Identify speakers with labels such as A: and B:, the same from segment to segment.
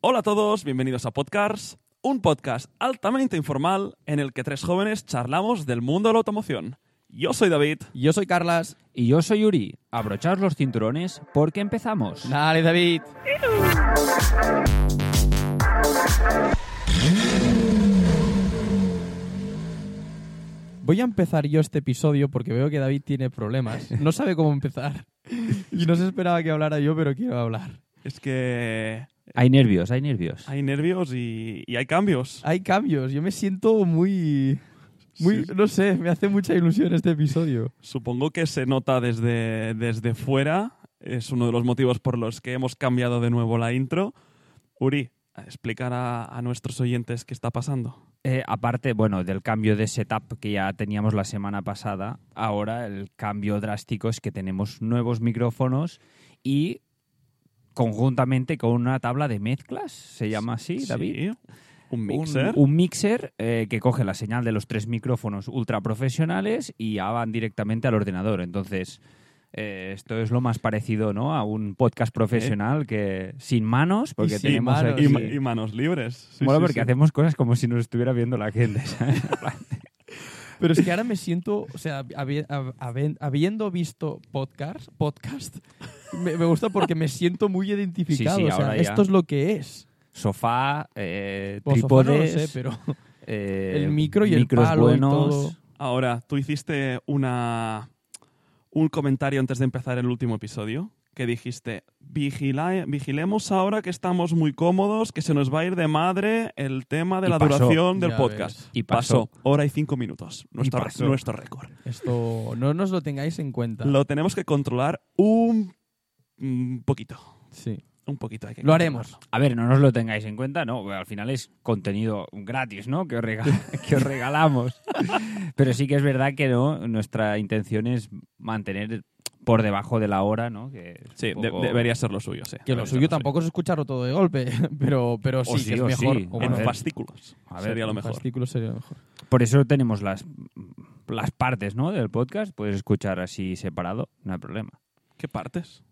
A: Hola a todos, bienvenidos a Podcast, un podcast altamente informal en el que tres jóvenes charlamos del mundo de la automoción. Yo soy David.
B: Yo soy Carlas.
C: Y yo soy Yuri. Abrochaos los cinturones porque empezamos.
B: Dale, David. Voy a empezar yo este episodio porque veo que David tiene problemas. No sabe cómo empezar. Y no se esperaba que hablara yo, pero quiero hablar.
A: Es que
C: Hay nervios, hay nervios.
A: hay nervios y, y hay cambios.
B: Hay cambios. Yo me siento muy... muy
A: Sí.
B: No sé, me hace mucha ilusión este episodio.
A: Supongo que se nota desde, desde fuera. Es uno de los motivos por los que hemos cambiado de nuevo la intro. Uri, explicar a, a nuestros oyentes qué está pasando.
C: Eh, aparte, bueno, del cambio de setup que ya teníamos la semana pasada, ahora el cambio drástico es que tenemos nuevos micrófonos y conjuntamente con una tabla de mezclas, se llama así, David.
A: Sí, Un
C: Un-
A: mixer.
C: Un, mixer eh, que coge la señal de los tres micrófonos ultra profesionales y ya van directamente al ordenador. Entonces, eh, esto es lo más parecido ¿no? a un podcast profesional que sin manos, porque
B: sin
C: tenemos
B: manos,
C: aquí-
A: y,
B: sí.
A: ma- y manos libres. Sí,
C: Mola
A: sí,
C: porque
A: sí.
C: hacemos cosas como si nos estuviera viendo la gente. ¿sabes?
B: Pero es que ahora me siento, o sea, habi- hab- haben- habiendo visto podcast, podcast, me, me gusta porque me siento muy identificado.
C: Sí, sí,
B: o sea,
C: ahora ya.
B: esto es lo que es.
C: Sofá, eh,
B: O Pues sofá no lo
C: trípodes,
B: sé, pero
C: eh,
B: el micro y el
C: micros
B: palo y
C: buenos.
B: todo.
A: Ahora, tú hiciste una, un comentario antes de empezar el último episodio que dijiste, "Vigila- vigilemos ahora que estamos muy cómodos, que se nos va a ir de madre el tema de
C: Y
A: la
C: pasó.
A: duración del
B: Ya
A: podcast.
B: ves.
C: Y pasó.
A: hora y cinco minutos, nuestro, re-
C: pasó.
A: nuestro récord.
B: Esto no nos lo tengáis en cuenta.
A: Lo tenemos que controlar un, un poquito,
B: Sí.
A: un poquito. hay que
B: Lo haremos.
C: A ver, no nos lo tengáis en cuenta, no, al final es contenido gratis, ¿no? Que os, rega- que os regalamos. Pero sí que es verdad que no, nuestra intención es mantener por debajo de la hora, ¿no? Que es un
A: Sí, de-
C: poco-
A: debería ser lo suyo, sí.
B: Que
A: Debería
B: lo
A: ser
B: suyo tampoco es escucharlo todo de golpe, pero, pero sí,
C: O sí,
B: que es
C: o
B: mejor. O
C: sí. En
B: bueno,
A: En
C: ver.
A: fastículos.
C: A ver,
A: Sería lo
B: un
A: mejor.
B: fascículo sería mejor.
C: Por eso tenemos las, las partes, ¿no? Del podcast, puedes escuchar así separado, no hay problema.
A: ¿Qué partes?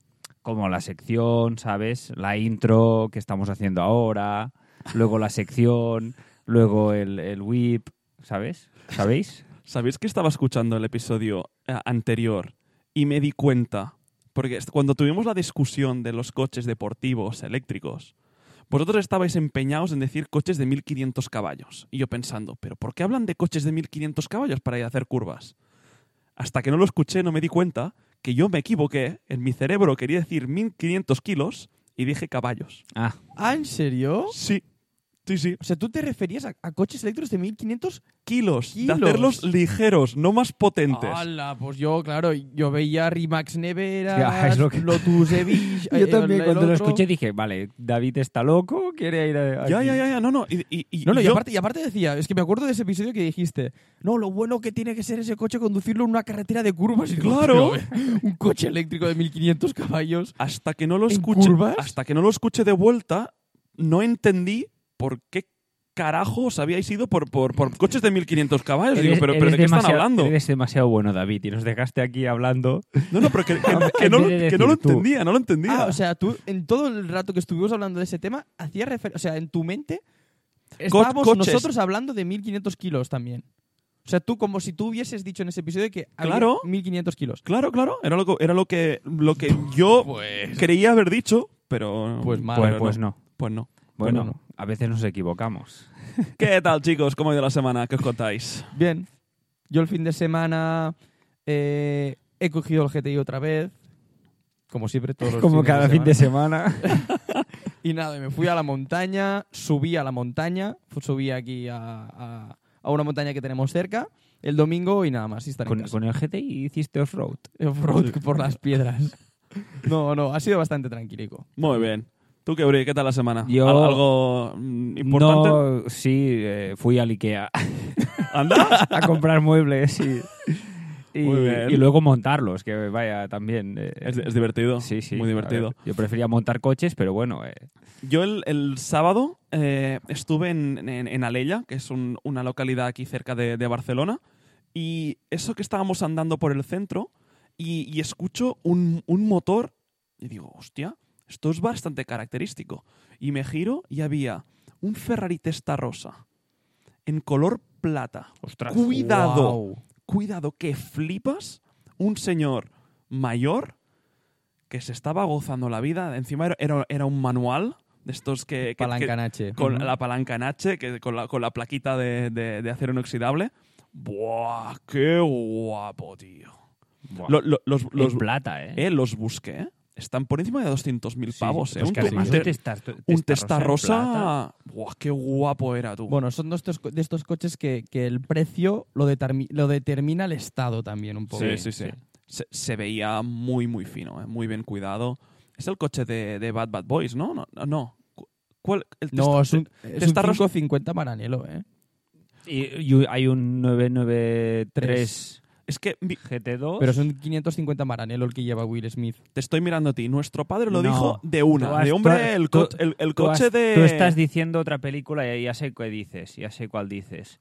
C: como la sección, ¿sabes? La intro que estamos haciendo ahora, luego la sección, luego el, el whip, ¿sabes? ¿Sabéis?
A: ¿Sabéis que estaba escuchando el episodio eh, anterior y me di cuenta? Porque est- cuando tuvimos la discusión de los coches deportivos eléctricos, vosotros estabais empeñados en decir coches de 1500 caballos. Y yo pensando, ¿pero por qué hablan de coches de 1500 caballos para ir a hacer curvas? Hasta que no lo escuché, no me di cuenta que yo me equivoqué. En mi cerebro quería decir 1500 kilos y dije caballos.
C: Ah,
B: Ah, ¿en serio?
A: Sí, sí, sí.
B: O sea, tú te referías a, a coches eléctricos de 1500
A: Kilos,
B: Kilos.
A: de hacerlos ligeros, no más potentes.
B: Hala, pues yo, claro, yo veía Rimax Neveras,
C: Ya, es lo que-
B: Lotus Evich... eh,
C: yo
B: el-
C: también
B: el
C: cuando lo
B: otro.
C: escuché dije, vale, David está loco, quiere ir a...
A: Ya,
C: aquí".
A: ya, ya, ya, no, no. Y, y- y
B: No, no, y
A: yo-
B: aparte, y aparte decía, es que me acuerdo de ese episodio que dijiste, no, lo bueno que tiene que ser ese coche conducirlo en una carretera de curvas. Y digo,
A: Claro.
B: "Pero, un coche eléctrico de 1500 caballos.
A: hasta que no lo
B: ¿En
A: escuche,
B: curvas?
A: hasta que no lo escuche de vuelta, no entendí por qué carajo os habíais ido por, por, por coches de 1500 caballos. Digo,
C: Eres-
A: pero, pero
C: eres
A: ¿de qué están
C: demasiado-
A: hablando?
C: Eres demasiado bueno, David, y nos dejaste aquí hablando.
A: No, no, pero que, que- que no, lo-
C: Quiere
A: que no lo
C: decir tú.
A: entendía, no lo entendía.
B: Ah, o sea, tú en todo el rato que estuvimos hablando de ese tema, hacías referencia, o sea, en tu mente estábamos
A: coches.
B: nosotros hablando de 1500 kilos también. O sea, tú como si tú hubieses dicho en ese episodio que había
A: Claro.
B: 1500 kilos.
A: claro, claro, era lo, que- era lo que lo que yo creía haber dicho, pero
B: Pues mal.
C: pues,
B: Pero
C: pues no.
A: pues Ah, no.
C: Bueno,
B: no.
C: a veces nos equivocamos.
A: ¿Qué tal, chicos? ¿Cómo ha ido la semana? ¿Qué os contáis?
B: Bien. Yo el fin de semana eh, he cogido el GTI otra vez. Como siempre, todos los
A: Pues
C: Como
B: fines
C: cada fin de semana.
B: Y nada, me fui a la montaña, subí a la montaña, fu- subí aquí a, a- a una montaña que tenemos cerca el domingo y nada más. Y estaré en
C: con,
B: casa.
C: con el GTI hiciste off-road.
B: Off-road por las piedras. No, no, ha sido bastante tranquilico.
A: Muy bien. ¿Tú qué, Uri? ¿Qué tal la semana?
C: Yo-
A: ¿Al- ¿Algo mm, importante?
C: No, sí, eh, fui al Ikea.
A: ¿Anda?
C: a comprar muebles y, y,
A: Muy bien.
C: y luego montarlos, que vaya también. eh,
A: es, es divertido.
C: sí, sí,
A: Muy
C: a
A: divertido.
C: ver, yo prefería montar coches, pero bueno, eh,
A: Yo el, el sábado eh, estuve en, en, en Alella, que es un- una localidad aquí cerca de, de Barcelona, y eso que estábamos andando por el centro, y, y escucho un, un motor, y digo, hostia, Esto es bastante característico. Y me giro y había un Ferrari Testa Rosa en color plata.
C: Ostras.
A: Cuidado.
B: Guau.
A: Cuidado, que flipas. Un señor mayor que se estaba gozando la vida. Encima era, era, era un manual de estos que... que- que-
B: Palancanache.
A: con
B: Ujú.
A: la palanca en H, que con la, con la plaquita de, de- de acero inoxidable. ¡Buah! ¡Qué guapo, tío!
C: Buah.
A: Lo- lo- los,
C: En
A: los,
C: plata, ¿eh?
A: eh, los busqué. ¿eh? Están por encima de 200.000
C: Sí,
A: pavos, ¿eh?
C: pero es
A: Un,
C: que
A: te-
C: además
A: un
C: un
A: te-
C: testa, te-
A: un
C: testa
A: testa
C: en plata.
A: rosa. ¡Buah, qué guapo era tú!
B: Bueno, son de estos, co- de estos coches que, que el precio lo, determi- lo determina el Estado también un poco.
A: sí, sí, sí.
C: sí.
A: Se, se veía muy, muy fino, ¿eh? muy bien cuidado. Es el coche de, de Bad Bad Boys, ¿no? No. no, no. Cu- ¿Cuál? El
B: No,
A: testa-
B: es un, es un
A: Testa Rosa-
B: 550 Maranello, ¿eh?
C: Y, y hay un 993
A: Es que vi-
C: GT2.
B: Pero es un 550 Maranello el que lleva Will Smith.
A: te estoy mirando a ti. Nuestro padre lo
C: No.
A: dijo de
C: Tú
A: una.
C: has-
A: de hombre,
C: tú has-
A: el,
C: tú-
A: co- el- el
C: Tú
A: coche
C: has-
A: de.
C: Tú estás diciendo otra película y ya sé qué dices, ya sé cuál dices.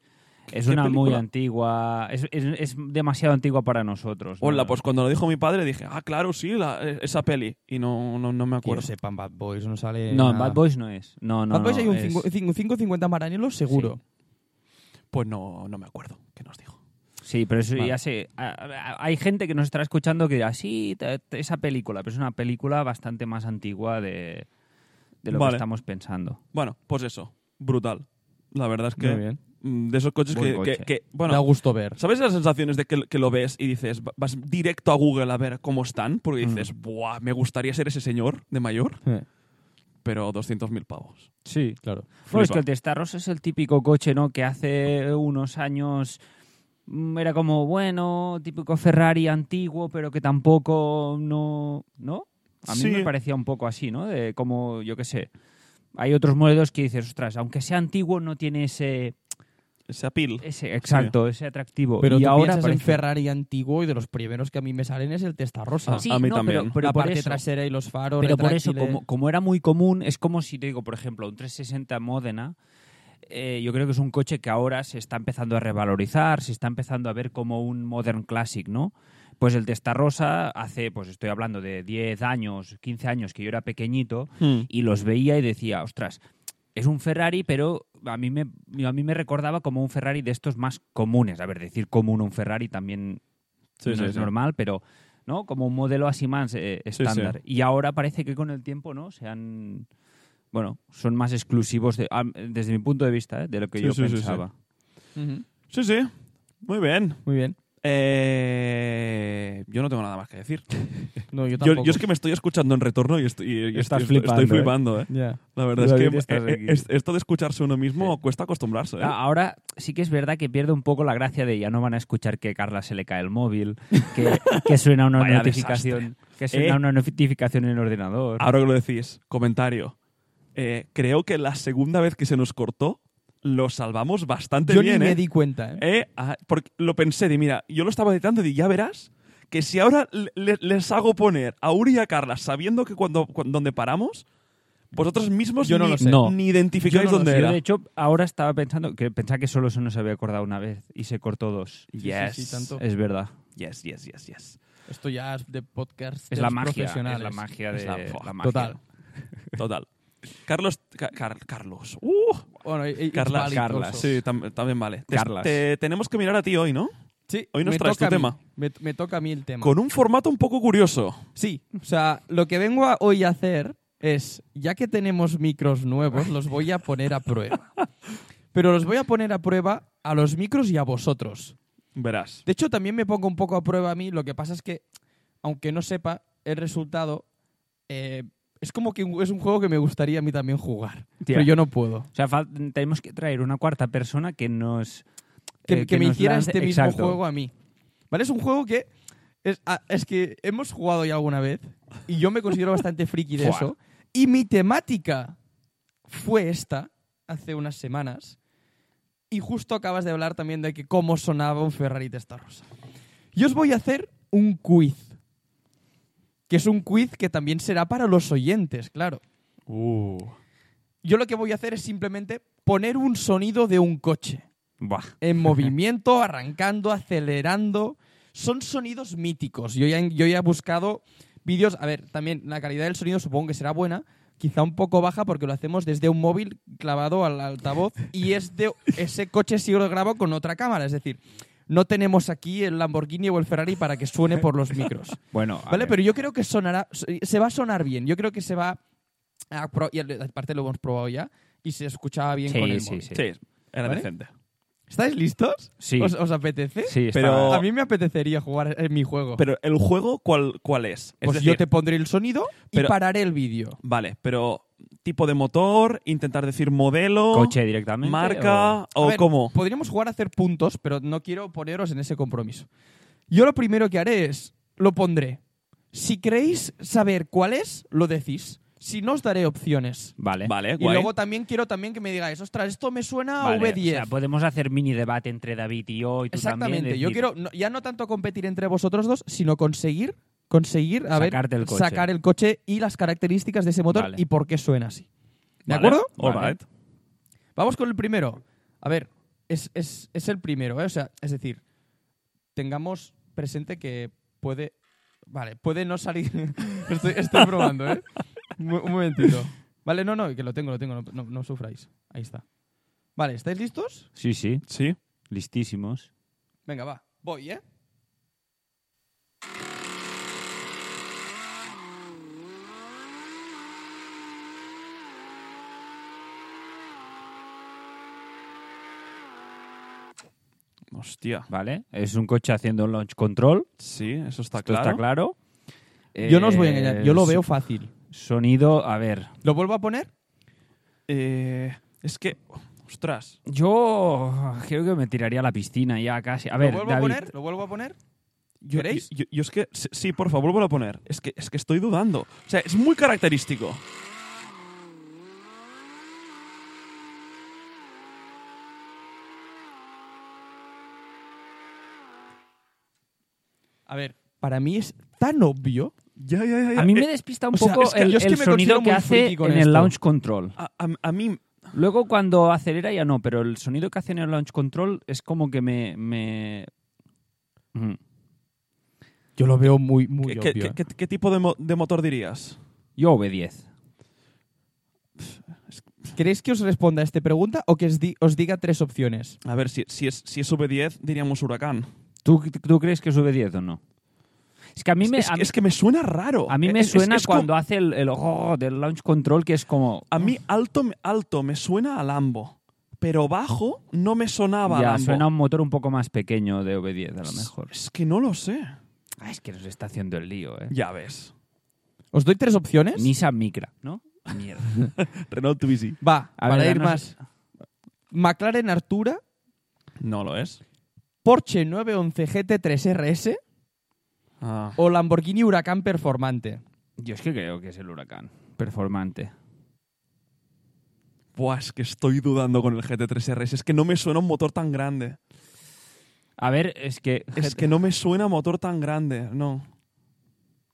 C: Es
A: ¿Qué
C: una muy
A: película?
C: antigua, es, es- es demasiado antigua para nosotros. ¿no?
A: Hola, pues cuando lo dijo mi padre dije, ah, claro, sí, la- esa peli. Y no, no, no me
B: Que yo
A: acuerdo.
B: sepa, en Bad Boys no sale.
C: No, en
B: nada.
C: Bad Boys no es. Eh, No, no,
B: Bad Boys
C: no,
B: hay un
C: es-
B: cinco- cinco- 550 Maranello seguro.
A: Pues no, no me acuerdo. ¿Qué nos dijo?
C: Sí, pero eso
A: Vale.
C: ya sé. Ah, ah, Hay gente que nos estará escuchando que dirá, sí, te- te- esa película, pero es una película bastante más antigua de, de lo
A: Vale.
C: que estamos pensando.
A: Bueno, pues eso. Brutal. La verdad es
B: Muy
A: que.
B: bien.
A: mm, De esos coches
C: Buen
A: que,
C: coche.
A: que- que-
B: Da
A: Bueno,
B: gusto ver.
A: ¿sabes las sensaciones de que, que lo ves y dices, va- vas directo a Google a ver cómo están? Porque dices, ¡buah! Me gustaría ser ese señor de mayor,
B: Eh,
A: pero 200.000 pavos.
B: Sí, claro.
C: Bueno, es
A: Flipa.
C: que el Testarros es el típico coche, ¿no? Que hace unos años mm, era como, bueno, típico Ferrari antiguo, pero que tampoco no. ¿No? A mí
A: Sí.
C: me parecía un poco así, ¿no? De como, yo qué sé. Hay otros modelos que dices, ostras, aunque sea antiguo, no tiene ese.
A: Ese apil.
C: ese exacto, ese atractivo.
B: Pero
C: y
B: tú
C: ahora
B: piensas en
C: parece-
B: Ferrari antiguo y de los primeros que a mí me salen es el Testa Rosa.
A: Ah, a mí también.
C: Pero, pero
B: la
C: por
B: parte
C: eso,
B: trasera y los faros.
C: pero por eso,
B: retráctiles.
C: como, como era muy común, es como si te digo, por ejemplo, un 360 Módena. eh, yo creo que es un coche que ahora se está empezando a revalorizar, se está empezando a ver como un modern classic, ¿no? Pues el Testarrosa hace, pues estoy hablando de 10 años, 15 años que yo era pequeñito, y los veía y decía, ostras, es un Ferrari, pero a mí me, a mí me recordaba como un Ferrari de estos más comunes. A ver, decir común un Ferrari también no es normal, pero ¿no? como un modelo así más eh,
A: sí.
C: estándar. Y ahora parece que con el tiempo no se han bueno, son más exclusivos de- ah, desde mi punto de vista, ¿eh? de lo que
A: Sí,
C: yo
A: sí, sí, sí.
C: pensaba.
B: Ujú.
A: Sí, sí. Muy bien.
B: Muy bien.
A: Eh, yo no tengo nada más que decir.
B: No, yo
A: Yo,
B: tampoco.
A: yo es que me estoy escuchando en retorno y estoy, y- y
C: Estás
A: estoy- estoy
C: flipando, ¿eh?
A: flipando, ¿eh?
B: Ya.
A: La verdad
C: David,
A: es que
C: estás
A: eh,
C: aquí.
A: es- esto de escucharse uno mismo cuesta acostumbrarse. ¿eh?
C: Ah, Ahora sí que es verdad que pierde un poco la gracia de ya no van a escuchar que a Carla se le cae el móvil, que, que suena una
A: Vaya
C: notificación, que suena
A: Eh.
C: una notificación en el ordenador.
A: Ahora que lo decís, comentario. Eh, creo que la segunda vez que se nos cortó, lo salvamos bastante
B: Yo ni
A: bien,
B: me
A: ¿eh?
B: di cuenta. ¿eh?
A: Eh, ah, porque lo pensé, de mira, yo lo estaba editando y ya verás que si ahora le- le- les hago poner a Uri y a Carla sabiendo que cuando, cuando- donde paramos, vosotros mismos
B: Yo no
A: ni,
B: lo sé.
C: No.
A: ni
C: Yo no
A: identificáis
C: lo
A: dónde
C: sé. Yo,
A: era.
C: de hecho, ahora estaba pensando que pensaba que solo se nos había acordado una vez y se cortó dos.
B: Sí, sí,
A: yes.
B: sí, tanto.
C: Es verdad.
A: yes, yes, yes, yes.
B: Esto ya es de podcast.
C: Es
B: de
C: la
B: los
C: magia, es
B: profesionales.
C: la magia de
A: Es la-
C: la magia.
B: Total.
A: Total. Carlos. Ca- Car- Carlos. Uh,
B: Bueno, e-, y- y- it's
A: Carla.
B: valid
A: Carla.
B: also.
A: Sí, tam- también vale. Te-
C: Carlas.
A: te- tenemos que mirar a ti hoy, ¿no?
B: Sí,
A: Hoy nos
B: me
A: traes
B: toca
A: tu
B: a mí.
A: tema.
B: Me, me toca a mí el tema.
A: Con un formato un poco curioso.
B: Sí, o sea, lo que vengo a hoy a hacer es, ya que tenemos micros nuevos, los voy a poner a prueba. Pero los voy a poner a prueba a los micros y a vosotros.
A: Verás.
B: De hecho, también me pongo un poco a prueba a mí. Lo que pasa es que, aunque no sepa el resultado, eh, es como que es un juego que me gustaría a mí también jugar.
C: Tía.
B: Pero yo no puedo.
C: O sea, fal- tenemos que traer una cuarta persona que nos.
B: que,
C: eh,
B: que me
C: nos
B: hiciera
C: lance-
B: este mismo
C: Exacto.
B: juego a mí. ¿Vale? Es un juego que. Es, ah, es que hemos jugado ya alguna vez y yo me considero bastante friki de
C: Fuá.
B: eso. Y mi temática fue esta hace unas semanas. Y justo acabas de hablar también de que cómo sonaba un Ferrari Testa Rosa. Yo os voy a hacer un quiz. Que es un quiz que también será para los oyentes, claro. Yo lo que voy a hacer es simplemente poner un sonido de un coche
C: Buah.
B: en movimiento, arrancando, acelerando. Son sonidos míticos. Yo ya, yo ya he buscado Vídeos, a ver, también la calidad del sonido supongo que será buena, quizá un poco baja porque lo hacemos desde un móvil clavado al altavoz y este, ese coche sí lo grabo con otra cámara, es decir, no tenemos aquí el Lamborghini o el Ferrari para que suene por los micros.
C: Bueno, a
B: ¿Vale?
C: ver,
B: Pero yo creo que sonará, se va a sonar bien, yo creo que se va a pro- y aparte lo hemos probado ya y se escuchaba bien
C: Sí,
B: con el
C: sí,
B: móvil.
C: sí.
A: Sí, era
B: ¿Vale?
A: decente.
B: ¿Estáis listos?
C: Sí.
B: ¿Os, os apetece?
C: sí, está-
A: pero-
B: A mí me apetecería jugar en mi juego.
A: Pero el juego, ¿cuál, cuál es? Es
B: pues
A: decir,
B: yo te pondré el sonido y
A: pero-
B: pararé el vídeo.
A: Vale, pero tipo de motor, intentar decir modelo,
C: coche directamente. o-
A: marca
B: A
A: o,
B: ver,
A: cómo.
B: Podríamos jugar a hacer puntos, pero no quiero poneros en ese compromiso. Yo lo primero que haré es, lo pondré. Si queréis saber cuál es, lo decís. Si no, os daré opciones.
C: Vale.
A: Vale,
B: eh, Y
A: guay.
B: luego también quiero también que me digáis, ostras, esto me suena a
C: Vale,
B: V10.
C: O sea, podemos hacer mini debate entre David y yo y tú
B: Exactamente.
C: también.
B: Yo
C: decir,
B: quiero no- ya no tanto competir entre vosotros dos, sino conseguir conseguir a ver,
C: Sacarte el coche.
B: sacar el coche y las características de ese motor
C: Vale.
B: y por qué suena así.
A: Vale,
B: ¿De acuerdo?
A: all
C: Vale.
A: right.
B: Vamos con el primero. A ver, es, es- es el primero, ¿eh? O sea, es decir, tengamos presente que puede. Vale, puede no salir. estoy, estoy probando, ¿eh? Mu- Un, momentito. Vale, no, no, que lo tengo, lo tengo, no, no- no sufráis. Ahí está. Vale, ¿estáis listos?
C: Sí, sí,
A: Sí.
C: listísimos.
B: Venga, va, voy, ¿eh?
A: Hostia.
C: Vale. Es un coche haciendo un launch control.
A: Sí, eso está
C: Esto
A: claro.
C: está claro.
B: Yo no os voy a
C: Eh,
B: engañar, yo lo
C: so-
B: veo fácil.
C: Sonido, a ver.
B: ¿Lo vuelvo a poner?
A: Eh, es que. Ostras.
C: Yo creo que me tiraría a la piscina ya casi. A ver,
B: ¿Lo vuelvo
C: David,
B: a poner? ¿Lo vuelvo a poner?
A: Yo,
B: ¿Queréis?
A: yo- yo es que. Sí, sí, por favor, vuelvo a poner. Es que, es que estoy dudando. O sea, es muy característico.
B: A ver, para mí es tan obvio.
A: Ya, ya, ya. Eh,
C: a mí me despista un
B: o sea,
C: poco
B: es que
C: el,
B: yo es que
C: el
B: me considero
C: sonido
B: muy
C: que hace
B: friki
C: en
B: con
C: el
B: esto.
C: launch control.
A: A, a- a mí.
C: Luego cuando acelera ya no, pero el sonido que hace en el launch control es como que me... me- Mm.
B: Yo lo veo muy, muy
A: ¿qué, qué-
B: obvio. ¿eh?
A: qué- qué- qué tipo de, mo- de motor dirías?
C: Yo V10.
B: ¿Queréis ¿eh? que os responda a esta pregunta o que os, di- os diga tres opciones?
A: A ver, si, si es, si es V10, diríamos huracán.
C: ¿Tú, ¿Tú crees que es V10 o no? Es que a mí me,
A: es,
C: a mí-
A: es que me suena raro. Eh,
C: a mí me
A: Es- es-
C: suena
A: es como-
C: cuando hace el, el oh, del launch control que es como...
A: A mí alto, alto me suena a Lambo, pero bajo no me sonaba a
C: ya,
A: Lambo.
C: suena a un motor un poco más pequeño de V10 a lo mejor.
A: Es que no lo sé.
C: Ah, es que nos está haciendo el lío, ¿eh?
A: Ya ves.
B: ¿Os doy tres opciones?
C: Nissan Micra, ¿no? Mierda.
A: Renault Twizy.
B: Va,
C: A
B: para
C: ver,
B: ir
C: no
B: más. McLaren Artura,
A: No lo es.
B: Porsche 911 GT3 RS
A: Ah.
B: o Lamborghini Huracán Performante.
C: Yo es que creo que es el huracán. Performante.
A: Buah, es que estoy dudando con el GT3 RS. Es que no me suena un motor tan grande.
C: A ver, es que...
A: Es que no me suena motor tan grande. No.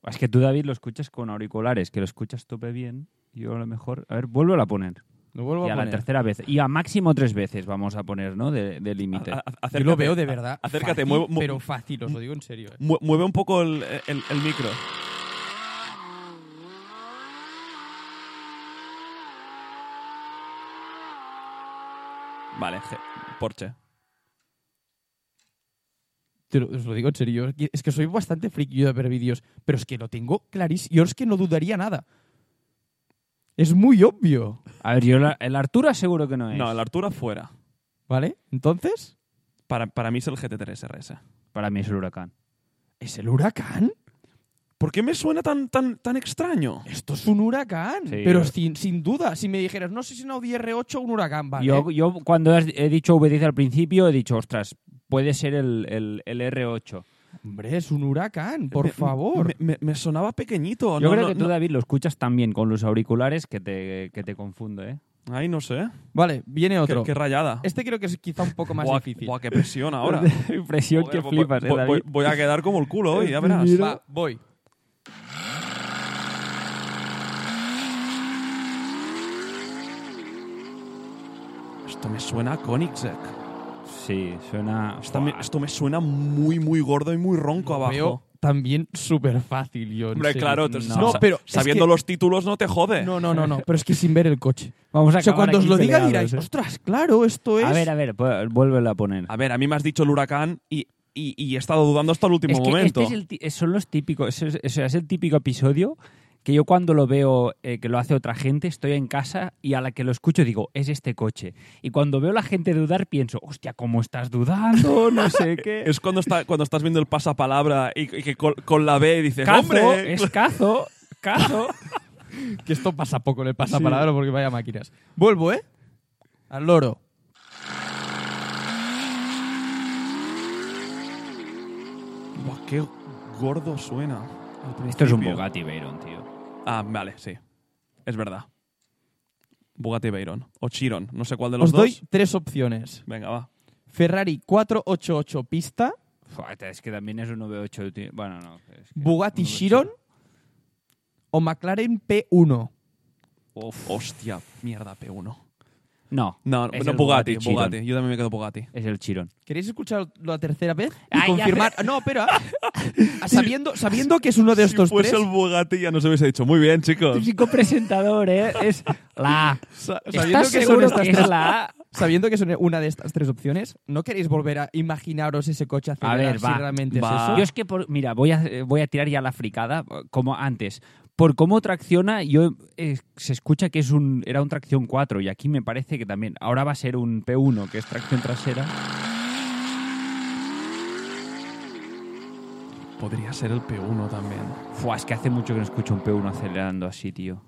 C: Es que tú, David, lo escuchas con auriculares, que lo escuchas tope bien. Yo a lo mejor... A ver, vuélvelo a poner.
B: Lo vuelvo
C: y a
B: a
C: la
B: poner.
C: tercera vez. Y a máximo tres veces vamos a poner, ¿no? De, de límite.
A: A- a-
B: Yo
A: acércate.
B: lo veo de verdad.
A: Acércate,
B: fácil,
A: mueve, mu-
B: pero fácil, os lo digo en serio. ¿eh?
A: mu- mueve un poco el, el- el micro. Vale, G- Porsche.
B: Te lo- os lo digo en serio. Es que soy bastante friki yo de ver vídeos, pero es que lo tengo clarísimo. Yo es que no dudaría nada. Es muy obvio,
C: A ver, yo la- el Artura seguro que ah. no es.
A: No, el Artura fuera.
B: ¿vale? Entonces,
A: Para, para mí es el GT3 RS.
C: Para mí es el huracán.
B: ¿es el huracán?
A: ¿Por qué me suena tan, tan, tan extraño?
B: Esto es un huracán.
C: Sí,
B: pero
C: yo-
B: sin, sin duda, si me dijeras, no sé si es una Audi R8 o un huracán, vale.
C: Yo, yo cuando has- he dicho V10 al principio he dicho, ostras, puede ser el, el- el R8.
B: Hombre, es un huracán, por
A: Me-
B: favor.
A: Me, me- me sonaba pequeñito.
C: yo
A: no,
C: creo
A: no,
C: que tú, David, lo escuchas tan bien con los auriculares que te, que te confunde, ¿eh?
A: no. Ay, no sé.
B: Vale, viene
A: Qué,
B: otro.
A: qué rayada.
B: Este creo que es quizá un poco más
A: Buah,
B: difícil.
A: buah, qué presión ahora.
C: Impresión
A: Joder,
B: pues,
C: que
A: voy-
C: flipas, ¿eh,
A: voy,
C: David?
A: voy- voy a quedar como el culo hoy, ya verás.
B: Va, voy.
A: Esto me suena a Koenigsegg.
C: Sí, suena...
A: Esto me, esto me suena muy, muy gordo y muy ronco abajo.
B: Veo también súper fácil, yo
A: Hombre, claro, entonces,
B: No,
A: sa-
B: pero es
A: sabiendo
B: que-
A: los títulos no te jode.
B: No, no, no, no, pero es que sin ver el coche.
C: Vamos a
B: O sea,
C: acabar
B: cuando os
C: aquí
B: lo diga
C: peleados,
B: diráis,
C: ¿eh?
B: ostras, claro, esto es... Ah,
C: A ver, a ver, pu- vuélvelo a poner.
A: A ver, a mí me has dicho el huracán y, y- y he estado dudando hasta el último
C: es que
A: momento.
C: Este es el, ti- son los típicos, es, es- o sea, es el típico episodio que yo cuando lo veo eh, que lo hace otra gente, estoy en casa y a la que lo escucho digo, es este coche. Y cuando veo a la gente dudar, pienso, hostia, ¿cómo estás dudando? No sé qué.
A: Es cuando, está, cuando estás viendo el pasapalabra y, y que col- con, la B dices,
C: cazo,
B: ¿eh?
A: ¡hombre!
C: es cazo, cazo.
B: Que esto pasa poco en el pasapalabra porque vaya máquinas. Vuelvo, ¿eh? Al loro.
A: Buah, ¡Qué gordo suena! al
C: Esto es un
A: principio.
C: Bugatti Veyron, tío.
A: Ah, vale, sí. Es verdad. Bugatti Veyron. O Chiron. No sé cuál de los
B: Os
A: dos.
B: doy tres opciones.
A: Venga, va.
B: Ferrari 488 pista,
C: Fua, es que también es un 9.8, tío. Bueno, no. es que-
B: Bugatti
C: no lo sé.
B: Chiron o McLaren P1.
A: Hostia, mierda, P1.
C: No,
A: No,
C: Es
A: no,
C: el
A: Bugatti,
C: Bugatti
A: Bugatti.
C: Chiron.
A: Yo también me quedo Bugatti.
C: es el Chiron.
B: ¿Queréis escuchar la tercera vez? Y
C: Ay, ya
B: confirmar. No, pero ah, sabiendo, sabiendo que es uno de estos
A: si fuese
B: tres.
A: el Bugatti ya nos hubiese dicho, muy bien, chicos.
C: Típico presentador, ¿eh? Es la A.
A: Sa-
B: Sabiendo
C: ¿Estás
B: que son
C: seguro
B: estas
C: que es
B: tres-
C: la A?
B: Sabiendo que es una de estas tres opciones, ¿no queréis volver a imaginaros ese coche
C: A
B: acelerar
C: ver,
B: si
C: va.
B: realmente
A: Va.
B: es eso?
C: Yo es que, por- mira, voy a, eh, voy a tirar ya la fricada eh, como antes. Por cómo tracciona, yo eh, se escucha que es un era un tracción 4 y aquí me parece que también ahora va a ser un P1 que es tracción trasera.
A: Podría ser el P1 también.
C: Fua, es que hace mucho que no escucho un P1 acelerando así, tío.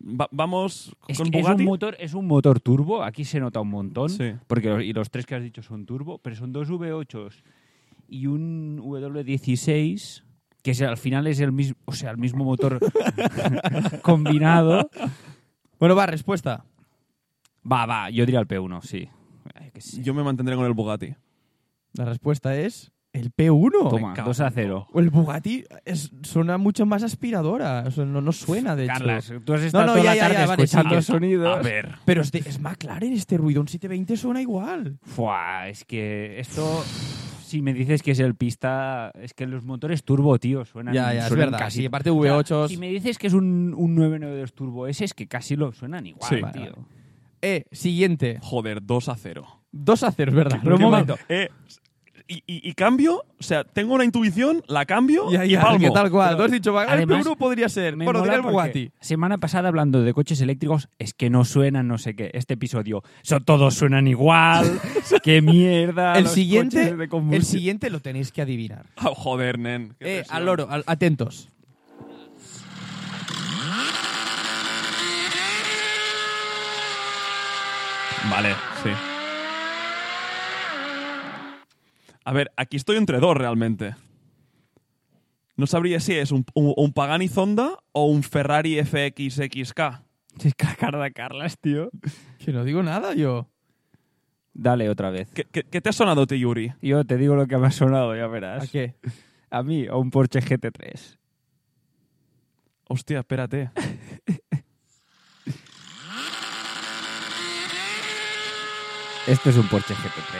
A: Va- vamos
C: Es,
A: con
C: que es
A: Bugatti.
C: un motor es un motor turbo, aquí se nota un montón,
A: Sí.
C: porque los- y los tres que has dicho son turbo, pero son dos V8s y un W16 que es- al final es el mismo, o sea, el mismo motor combinado.
B: Bueno, va, respuesta.
C: Va, va, yo diría el P1, sí. Ay, que sí.
A: Yo me mantendré con el Bugatti.
B: La respuesta es el P1.
C: Toma,
A: me cago
C: 2 a 0.
B: O el Bugatti es- suena mucho más aspiradora. O sea, no, no suena, de
C: Carlas,
B: hecho.
C: tú has estado
B: no,
C: toda
B: ya,
C: la
B: ya,
C: tarde
B: ya, vale,
C: escuchando
B: sí que-
C: sonidos.
A: A ver.
B: Pero es, de- es McLaren este ruido. Un 720 suena igual.
C: Fua, es que esto, si me dices que es el pista, es que los motores turbo, tío, suenan,
B: Ya, ya, es
C: suenan
B: verdad.
C: casi.
B: Sí, aparte
C: O sea,
B: V8s.
C: si me dices que es un, un 992 turbo S, es que casi lo suenan igual,
A: Sí.
C: tío.
A: Vale,
B: Eh, siguiente.
A: Joder, 2 a 0.
B: 2 a 0, es verdad. Pero un
A: Qué mal.
B: momento.
A: Eh, y, y- y cambio, o sea, tengo una intuición, la cambio
B: Ya,
A: y
B: ya,
A: palmo.
B: que tal cual.
C: Pero,
B: Tú has dicho, "Vale, el
C: además,
B: P1 podría ser.
C: Me
B: Bueno,
C: mola
B: dirá el
C: porque
B: Bugatti.
C: Semana pasada hablando de coches eléctricos, es que no suenan, no sé qué. Este episodio, so- todos suenan igual. ¡Qué mierda!
B: El
C: los
B: siguiente,
C: coches de
B: el
C: combustión.
B: siguiente lo tenéis que adivinar.
A: Ah, joder, nen. qué
B: Eh,
A: presión.
B: al loro, al- atentos.
A: Vale, sí. A ver, aquí estoy entre dos realmente. No sabría si es un, un- un Pagani Zonda o un Ferrari FXXK.
C: Es que la cara de Carlas, tío.
B: Que no digo nada yo.
C: Dale otra vez.
A: ¿Qué, qué- qué te ha sonado, te, Yuri?
C: Yo te digo lo que me ha sonado, ya
B: ¿A
C: verás.
B: qué?
C: A mí, a un Porsche GT3.
A: Hostia, espérate.
C: Esto es un Porsche GT3.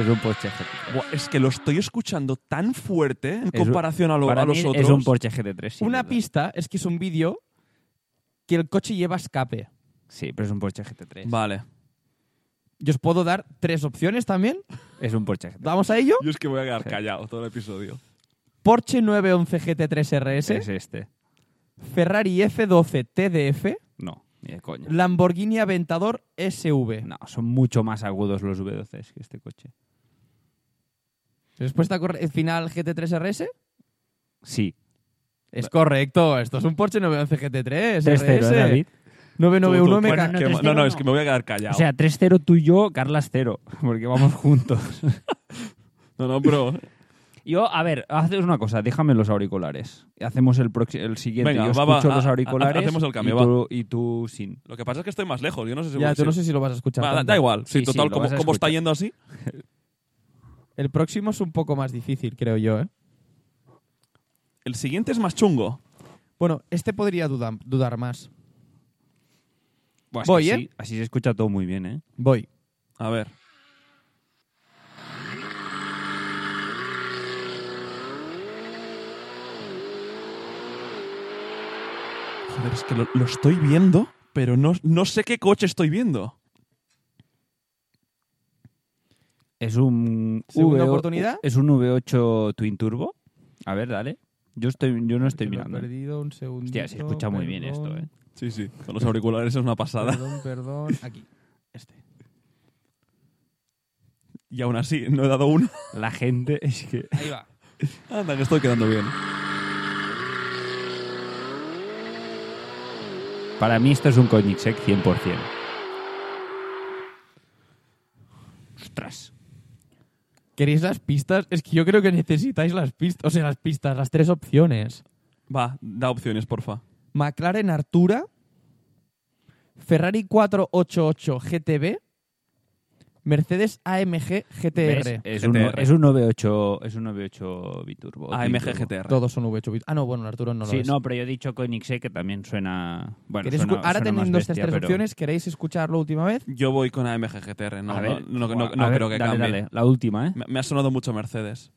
C: Es un Porsche GT3.
A: Buah, es que lo estoy escuchando tan fuerte en
C: Es un-
A: comparación a, lo-
C: Para
A: a
C: mí
A: los otros.
C: es un Porsche GT3. sin
B: Una
C: duda.
B: pista es que es un vídeo que el coche lleva escape.
C: Sí, pero es un Porsche GT3.
A: Vale.
B: Yo os puedo dar tres opciones también.
C: Es un Porsche GT3.
B: Vamos a ello.
A: Yo es que voy a quedar
C: Sí.
A: callado todo el episodio.
B: Porsche 911 GT3 RS,
C: Es este.
B: Ferrari F12 TDF,
C: No, ni de coña.
B: Lamborghini Aventador SV.
C: No, son mucho más agudos los V12s que este coche.
B: Respuesta correcta. Final GT3 RS.
C: Sí.
B: Es correcto. Esto es un Porsche 911 GT3
C: 3-0,
B: RS.
C: ¿eh, David.
B: 991
A: Tú, tú,
B: me
A: bueno,
B: ca-
A: qué ma- no, no, es que me voy a quedar
C: O
A: callado.
C: sea, 3-0 tú y yo, Carlas 0. Porque vamos juntos.
A: no, no, bro.
C: Yo, a ver, haces una cosa, déjame los auriculares. Hacemos el, proxi- el siguiente.
A: Venga,
C: yo
A: va, va,
C: escucho
A: ha-
C: los
A: ha-
C: auriculares.
A: hacemos el cambio,
C: y tú, y tú sin.
A: Lo que pasa es que estoy más lejos. Yo no sé si.
B: Ya,
A: voy-
B: tú
A: si-
B: no sé si lo vas a escuchar.
A: Va, da,
B: tanto.
A: da igual. Sí,
C: Sí, sí,
A: total,
C: lo
A: como,
C: vas a
A: como está
C: escuchar.
A: yendo así.
B: El próximo es un poco más difícil, creo yo. ¿eh?
A: El siguiente es más chungo.
B: Bueno, este podría duda- dudar más.
C: Buah, es
B: Voy,
C: que
B: ¿eh?
C: así, así se escucha todo muy bien, ¿eh?
B: Voy.
A: A ver. Joder, es que lo, lo estoy viendo, pero no, no sé qué coche estoy viendo.
C: Es un
B: Segunda oportunidad.
C: Es un V8 Twin Turbo. A ver, dale. Yo estoy yo no estoy
B: Que me he
C: mirando. ¿eh?
B: perdido un segundo.
C: Hostia, se escucha muy bien esto, eh.
A: Sí, sí. Con los auriculares es una pasada.
B: Perdón, perdón. Aquí. Este.
A: Y aún así, no he dado uno.
C: La gente es que
B: Ahí va.
A: Anda, que estoy quedando bien.
C: para mí esto es un Koenigsegg 100%. Ostras.
B: ¿Queréis las pistas? Es que yo creo que necesitáis las pistas. O sea, las pistas, las tres opciones.
A: Va, da opciones, porfa.
B: McLaren Artura, Ferrari 488 GTB, Mercedes AMG
C: ¿Ves? Eh,
B: GTR.
C: Es un,
A: GTR.
C: es un 9.8 es un 9.8 biturbo.
A: AMG
C: biturbo.
A: GTR.
B: Todos son V8 bit. Ah, no, bueno, el Arturo no lo
C: Sí,
B: es.
C: no, pero yo he dicho Koenigsegg que también suena, bueno,
B: ¿Queréis
C: suena-
B: escu- Ahora
C: suena más
B: teniendo estas
C: bestia,
B: tres
C: pero-
B: opciones, ¿queréis escucharlo última vez?
A: Yo voy con AMG GTR, no,
C: A ver,
A: no, no- no-
C: a
A: no
C: ver,
A: creo que
C: dale,
A: cambie.
C: dale, la última, ¿eh?
A: Me, me ha sonado mucho Mercedes.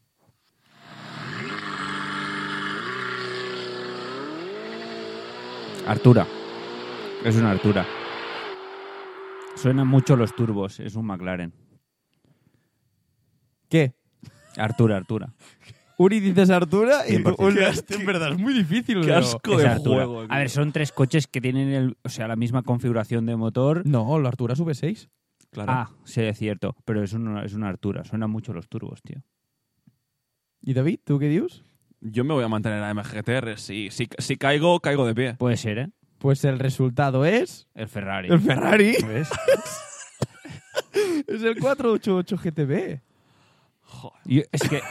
C: Artura. Es una Artura. Suenan mucho los turbos, es un McLaren.
B: ¿Qué?
C: Artura, Artura.
B: Uri dices Artura y tú
C: 100%.
B: Ulrich. En verdad, es muy difícil.
A: qué
B: Leo.
A: asco.
C: Es
A: de
C: Artura.
A: juego, tío.
C: A ver, son tres coches que tienen el, o sea, la misma configuración de motor.
B: No, la Artura es V6.
A: Claro.
C: Ah, sí, es cierto, pero es una, es una Artura, suenan mucho los turbos, tío.
B: ¿Y David, tú qué dices?
A: Yo me voy a mantener en AMG GTR. Si, si, si caigo, caigo de pie.
C: Puede ser, ¿eh?
B: Pues el resultado es...
C: El Ferrari.
B: El Ferrari.
C: ¿Ves?
B: es el 488 GTB.
C: Yo- es que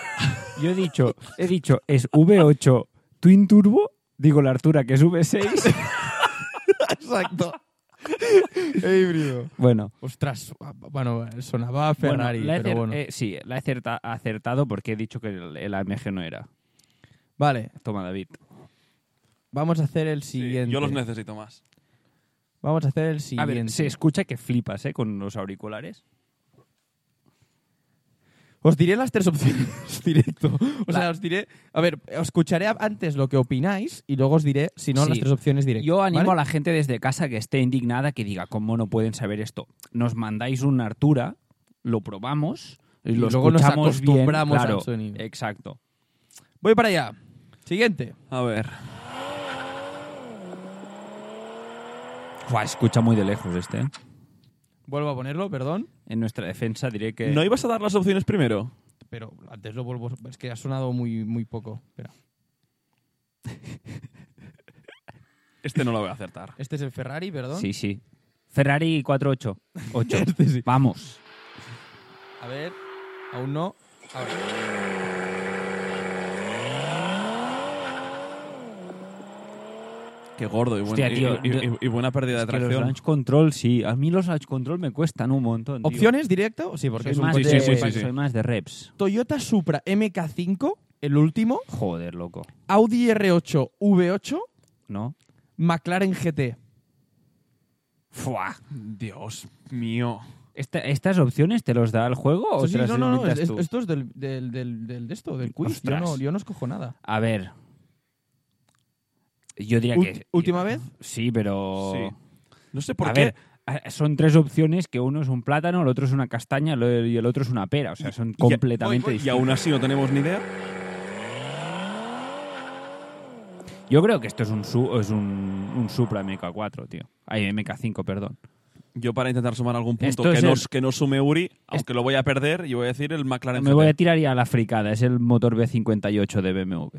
C: yo he dicho, he dicho, es V8 Twin Turbo, digo la Artura que es V6.
B: Exacto. Híbrido.
C: Bueno,
B: Ostras, bueno, sonaba Ferrari,
C: Bueno, la he
B: pero
C: acer-
B: bueno.
C: eh, sí, la he acerta- acertado porque he dicho que el, el AMG no era.
B: Vale,
C: Toma, David.
B: vamos a hacer el
A: Sí,
B: siguiente.
A: yo los necesito más.
B: Vamos a hacer el
C: A
B: siguiente.
C: ver, se escucha que flipas, ¿eh? Con los auriculares.
B: Os diré las tres opciones directo. O sea, os diré. A ver, os escucharé a- antes lo que opináis y luego os diré, si no,
C: Sí.
B: las tres opciones directo.
C: Yo animo
B: ¿vale?
C: a la gente desde casa que esté indignada que diga, ¿cómo no pueden saber esto? Nos mandáis una Artura, lo probamos y,
B: Y
C: lo
B: luego nos
C: escuchamos bien,
B: acostumbramos al
C: claro,
B: sonido.
C: Exacto.
B: Voy para allá. Siguiente.
A: A ver.
C: Buah, escucha muy de lejos este. ¿eh?
B: Vuelvo a ponerlo, perdón.
C: En nuestra defensa diré que...
A: ¿No ibas a dar las opciones primero?
B: Pero antes lo vuelvo. Es que ha sonado muy, muy poco. Espera.
A: Este no lo voy a acertar.
B: Este es el Ferrari, perdón.
C: Sí, sí. Ferrari 48. 8.
B: Este sí.
C: Vamos.
B: A ver, aún no. Ahora.
A: Qué gordo y, buen-
C: Hostia,
A: y-
C: tío,
A: y-
C: yo-
A: y- y buena pérdida de
C: Es que los
A: tracción.
C: launch control, sí. A mí los launch control me cuestan un montón. tío.
B: ¿Opciones directo? Sí, porque
C: Soy
B: es un
C: más,
B: coche.
C: de,
A: Sí, sí, sí, sí.
C: soy más de reps.
B: Toyota Supra MK5, el último.
C: Joder, loco.
B: Audi R8 V8.
C: ¿No?
B: McLaren GT.
C: Fuah.
A: Dios mío.
C: Esta- ¿Estas opciones te los da el juego o
B: Sí,
C: te
B: sí,
C: las
B: no, no, no,
C: inventas
B: es-
C: tú?
B: esto es del, del, del- del- de esto, del quiz. Yo
C: Ostras.
B: no, yo no escojo nada.
C: A ver. Yo diría
B: Ul-
C: que.
B: ¿Última vez?
C: Sí, pero.
A: Sí. Oh. No sé por
C: a
A: qué.
C: ver. a- Son tres opciones que uno es un plátano, el otro es una castaña lo- y el otro es una pera. O sea, son
A: Y-
C: completamente
A: y,
C: distintos.
A: aún así no tenemos ni idea.
C: Yo creo que esto es un, su- es un, un Supra MK4, tío. Ay, MK5, perdón.
A: Yo para intentar sumar algún
C: Esto
A: punto que
C: es
A: no,
C: el-
A: que no sume Uri, aunque lo voy a perder, yo voy a decir el McLaren
C: Me voy a
A: GT.
C: tirar ya a la fricada. Es el motor B58 de BMW.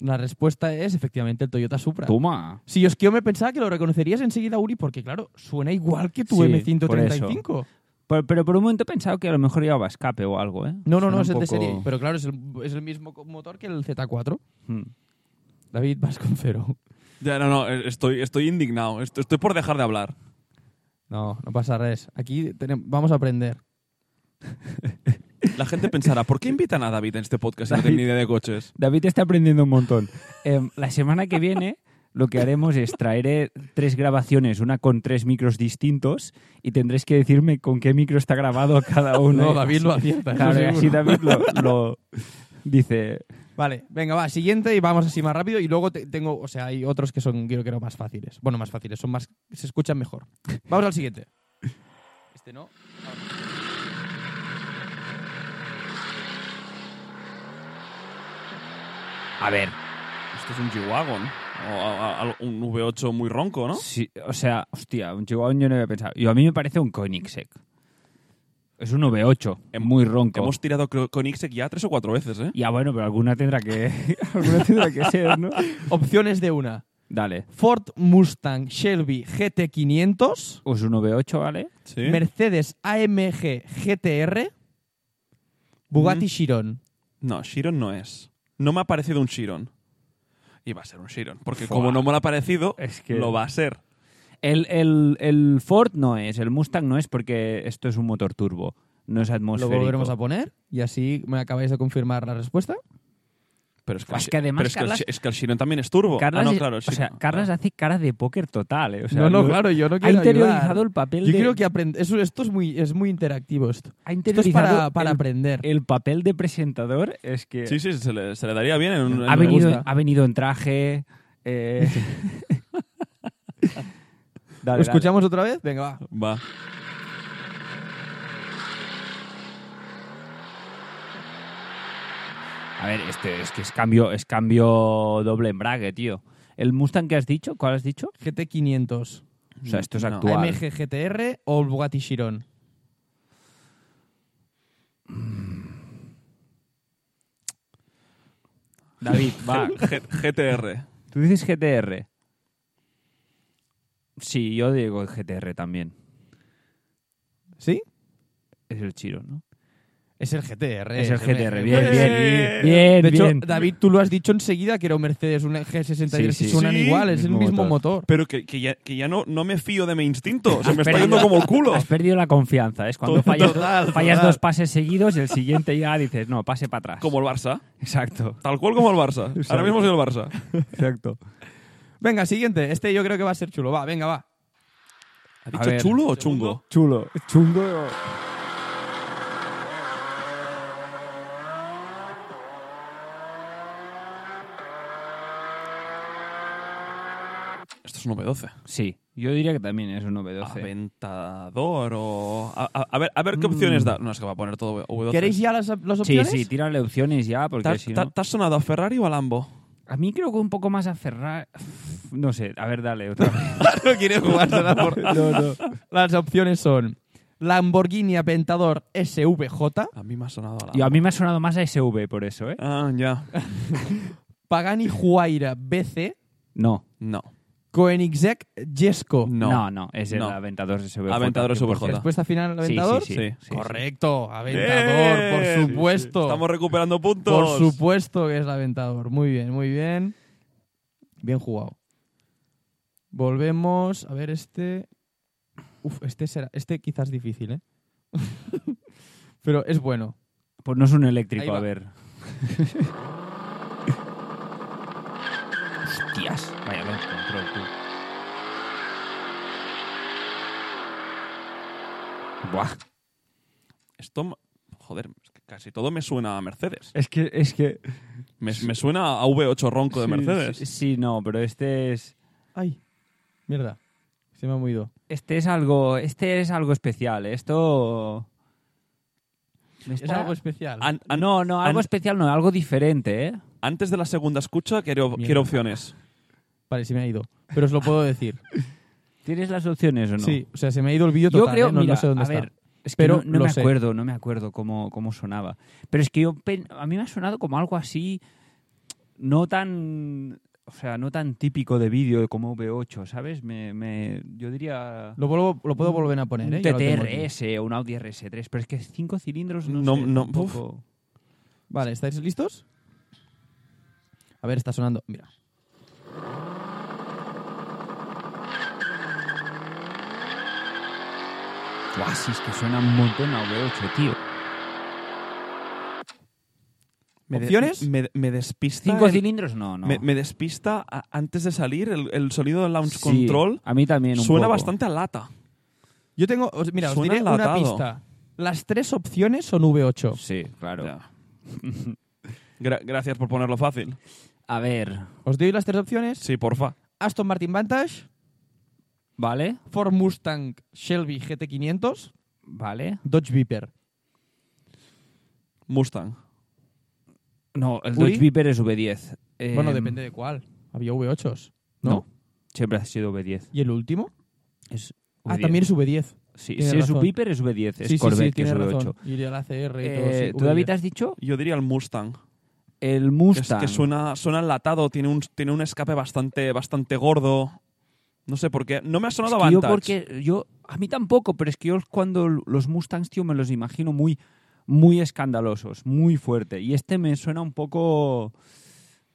B: La respuesta es efectivamente el Toyota Supra.
C: Toma.
B: Si os me pensaba que lo reconocerías enseguida, Uri, porque claro, suena igual que tu
C: Sí, por
B: M135.
C: Pero, pero por un momento he pensado que a lo mejor llevaba escape o algo, ¿eh?
B: No, no,
C: Suena
B: no,
C: un
B: es el de
C: poco-
B: serie. Pero claro, es el, es el mismo co- motor que el Z4.
C: Hmm.
B: David, vas con cero.
A: Ya, no, no, estoy, estoy indignado. Estoy, estoy por dejar de hablar.
B: No, no pasa res. Aquí tenem- vamos a aprender.
A: La gente pensará, ¿por qué invitan a David en este podcast si no
C: David.
A: tiene ni idea de coches?
C: David está aprendiendo un montón. Em, la semana que viene lo que haremos es traeré tres grabaciones, una con tres micros distintos, y tendréis que decirme con qué micro está grabado cada uno. ¿eh?
B: No, David lo acierta. eso
C: Claro, y
B: seguro.
C: así David lo, lo dice,
B: Vale, venga, va, siguiente y vamos así más rápido. Y luego te- tengo, o sea, hay otros que son, creo que eran más fáciles. Bueno, más fáciles, son más, se escuchan mejor. Vamos al siguiente. Este no.
C: A ver,
A: Esto es un G-Wagon. O a- a- un V8 muy ronco, ¿no?
C: sí, o sea, hostia, un Chihuahua yo no había pensado. Yo a mí me parece un Koenigsegg. Es un V8, muy ronco.
A: Hemos tirado creo, con Ixec ya tres o cuatro veces, ¿eh?
C: Ya bueno, pero alguna tendrá que, alguna tendrá que ser, ¿no?
B: Opciones de una.
C: Dale.
B: Ford Mustang Shelby GT500,
C: Es Pues un V8, ¿vale?
A: Sí.
B: Mercedes AMG GTR, Bugatti
A: Mm.
B: Chiron.
A: No, Chiron no es. No me ha parecido un Chiron. Y va a ser un Chiron. Porque
C: Fua.
A: como no me lo ha parecido,
C: Es que-
A: lo va a ser.
C: El, el- el Ford no es, el Mustang no es porque esto es un motor turbo, no es
B: Lo
C: atmosférico.
B: volveremos a poner y así me acabáis de confirmar la respuesta.
A: Pero es que,
C: Es
A: el-
C: que además,
A: pero es, que el-
C: Carlas-
A: es que el Chiron también es turbo.
C: Carlas,
A: ah, no, claro. el
C: o sea,
A: Chiron,
C: Carlas
A: claro.
C: hace cara de póker total, ¿eh? O sea,
B: No, no,
C: lo-
B: claro, yo no
C: Ha
B: quiero
C: interiorizado
B: ayudar.
C: el papel
B: Yo
C: de...
B: creo que aprend- eso- esto es muy, es muy interactivo esto.
C: ha
B: Esto es
C: interiorizado
B: para, para
C: el,
B: aprender.
C: el papel de presentador, es que
A: Sí, sí, se le, se le daría bien en un... en
C: ha,
A: un-
C: venido,
B: gusta.
C: ha venido en traje... eh. Dale,
B: ¿Lo escuchamos otra vez? Venga, va.
A: Va.
C: dale. A ver, este es que es cambio, es cambio doble embrague, tío. ¿El Mustang que has dicho? ¿Cuál has dicho?
B: GT500,
C: O sea, esto es
A: No.
C: actual.
B: AMG GTR o el Bugatti Chiron.
C: David, va.
A: G- GTR.
C: Tú dices GTR. Sí, yo digo GTR también.
B: ¿Sí?
C: Es el Chiro, ¿no?
B: Es el GTR.
C: es el GTR.
B: MG.
C: Bien, bien, bien. Bien,
B: De hecho,
C: bien.
B: David, tú lo has dicho enseguida que era un Mercedes, un G63,
C: Sí,
B: que
C: sí.
B: suenan
A: Sí,
B: igual, es el
C: mismo
B: mismo motor.
A: Pero que, que ya, que ya no, no me fío de mi instinto. Se me está
C: perdido-
A: yendo como el culo.
C: Has perdido la confianza. Es cuando fallas,
A: Total,
C: fallas
A: total.
C: dos pases seguidos y el siguiente ya dices, no, pase para atrás.
A: Como el Barça.
C: Exacto,
A: Tal cual como el Barça. Ahora
C: Exacto.
A: mismo soy el Barça.
C: exacto.
B: Venga, siguiente. Este yo creo que va a ser chulo. Va, venga, va.
A: ¿Ha
C: dicho
A: dicho chulo o chungo?
C: Chulo, chungo.
A: Esto es un V12.
C: Sí, Ah, yo diría que también es un V12.
A: Aventador o... A, a- a ver, a ver qué opciones da. No, es que va a poner todo V12.
B: ¿Queréis ya las, las
C: Sí,
B: opciones?
C: sí, tírale opciones ya, porque
A: ¿Te
C: si
A: te-
C: no...
A: te has sonado a Ferrari o a Lambo?
C: A mí creo que un poco más a Ferrari... No sé, a ver, dale otra vez.
B: no quiere jugársela por- Las opciones son Lamborghini Aventador SVJ,
A: A mí me ha sonado a Lambo.
C: Yo, a mí me ha sonado más a SV por eso, ¿eh?
A: Ah, ya.
B: Pagani Huayra BC,
C: No.
A: No.
B: Koenigsegg Jesko.
A: No.
C: No, no, es el
A: No.
C: Aventador SVJ.
A: Aventador
C: que por
A: SVJ.
C: cierto-
B: Respuesta final,
C: Sí,
B: Aventador.
C: sí,
A: Sí.
C: sí,
B: Correcto, Aventador,
A: ¡Eh!
B: por supuesto.
A: Estamos recuperando puntos.
B: Por supuesto que es Aventador. Muy bien, muy bien. Bien jugado. Volvemos. A ver, este. Uf, este será. Este quizás difícil, ¿eh? Pero es bueno.
C: Pues no es un
B: Ahí
C: eléctrico,
B: va.
C: a ver. Hostias. Vaya, buen control, tú. Buah.
A: Esto... m- Joder, es que casi todo me suena a Mercedes.
C: Es que, es que.
A: Me, me suena a V8 ronco de Mercedes.
C: Sí, sí, no, pero este es.
B: ¡Ay! Mierda. Se me ha movido.
C: Este es algo. Este es algo especial. Esto. me
B: Es
C: está- Ah,
B: algo especial.
A: An- an-
C: no, no, algo
A: an-
C: especial no, algo diferente, ¿eh?
A: Antes de la segunda escucha quiero,
B: Mierda.
A: quiero opciones.
B: Vale, se me ha ido. Pero os lo puedo decir.
C: ¿Tienes las opciones o no?
B: Sí, o sea, se me ha ido el vídeo
C: Yo
B: total.
C: creo,
B: ¿eh? no, no
C: mira,
B: sé dónde
C: a
B: está.
C: ver, es que
B: Pero
C: no, no
B: lo
C: me
B: sé.
C: acuerdo, no me acuerdo cómo, cómo sonaba. Pero es que yo pen- a mí me ha sonado como algo así no tan o sea, no tan típico de vídeo como V8, ¿sabes? Me, me- yo diría
B: Lo, vuelvo- lo puedo volver a poner,
C: un
B: ¿eh? Ya lo tengo aquí.
C: TTRS o un Audi RS3, pero es que cinco cilindros no,
A: No,
C: sé,
A: no,
C: tampoco.
B: Vale, ¿estáis listos? A ver, está sonando. Mira.
C: Buah, sí, es que suena un montón a V8, tío.
A: Me de-
B: ¿Opciones?
A: me, me despista.
C: Cinco
A: el-
C: cilindros no, no.
A: me, me despista a- antes de salir el, el sonido del launch
C: Sí,
A: control.
C: a mí también un
A: Suena
C: poco.
A: bastante a lata.
B: Yo tengo, os- mira, os
A: Suena
B: diré una
A: enlatado.
B: pista. Las tres opciones son V8.
C: Sí, claro.
A: Ya. Gra- gracias por ponerlo fácil.
C: A ver,
B: Os doy las tres opciones.
A: Sí, porfa.
B: Aston Martin Vantage,
C: ¿vale?
B: Ford Mustang Shelby GT500,
C: ¿Vale?
B: Dodge Viper.
A: Mustang.
C: No, el
B: Uri.
C: Dodge Viper es V10. Eh,
B: bueno, depende de cuál. Había V8s, ¿no?
C: No. Siempre ha sido V10.
B: ¿Y el último?
C: Es
B: Ah,
C: V10.
B: también es V10.
C: Sí,
B: tiene
C: si es
B: razón.
C: Viper es V10, es
B: sí, sí,
C: Corvette
B: sí,
C: que es
B: tiene
C: V8.
B: razón. Y el ACR y todo,
C: Eh,
B: sí,
C: ¿Tú,
B: V10.
C: David, has dicho?
A: Yo diría el Mustang.
C: El
A: Que, es-
C: Mustang.
A: que suena, suena enlatado, tiene un, tiene un escape bastante, bastante gordo. No sé por qué. No me ha
C: Es
A: sonado
C: que yo
A: Vantage.
C: porque yo a mí tampoco, pero es que yo cuando los Mustangs tío me los imagino muy muy escandalosos, muy fuerte y este me suena un poco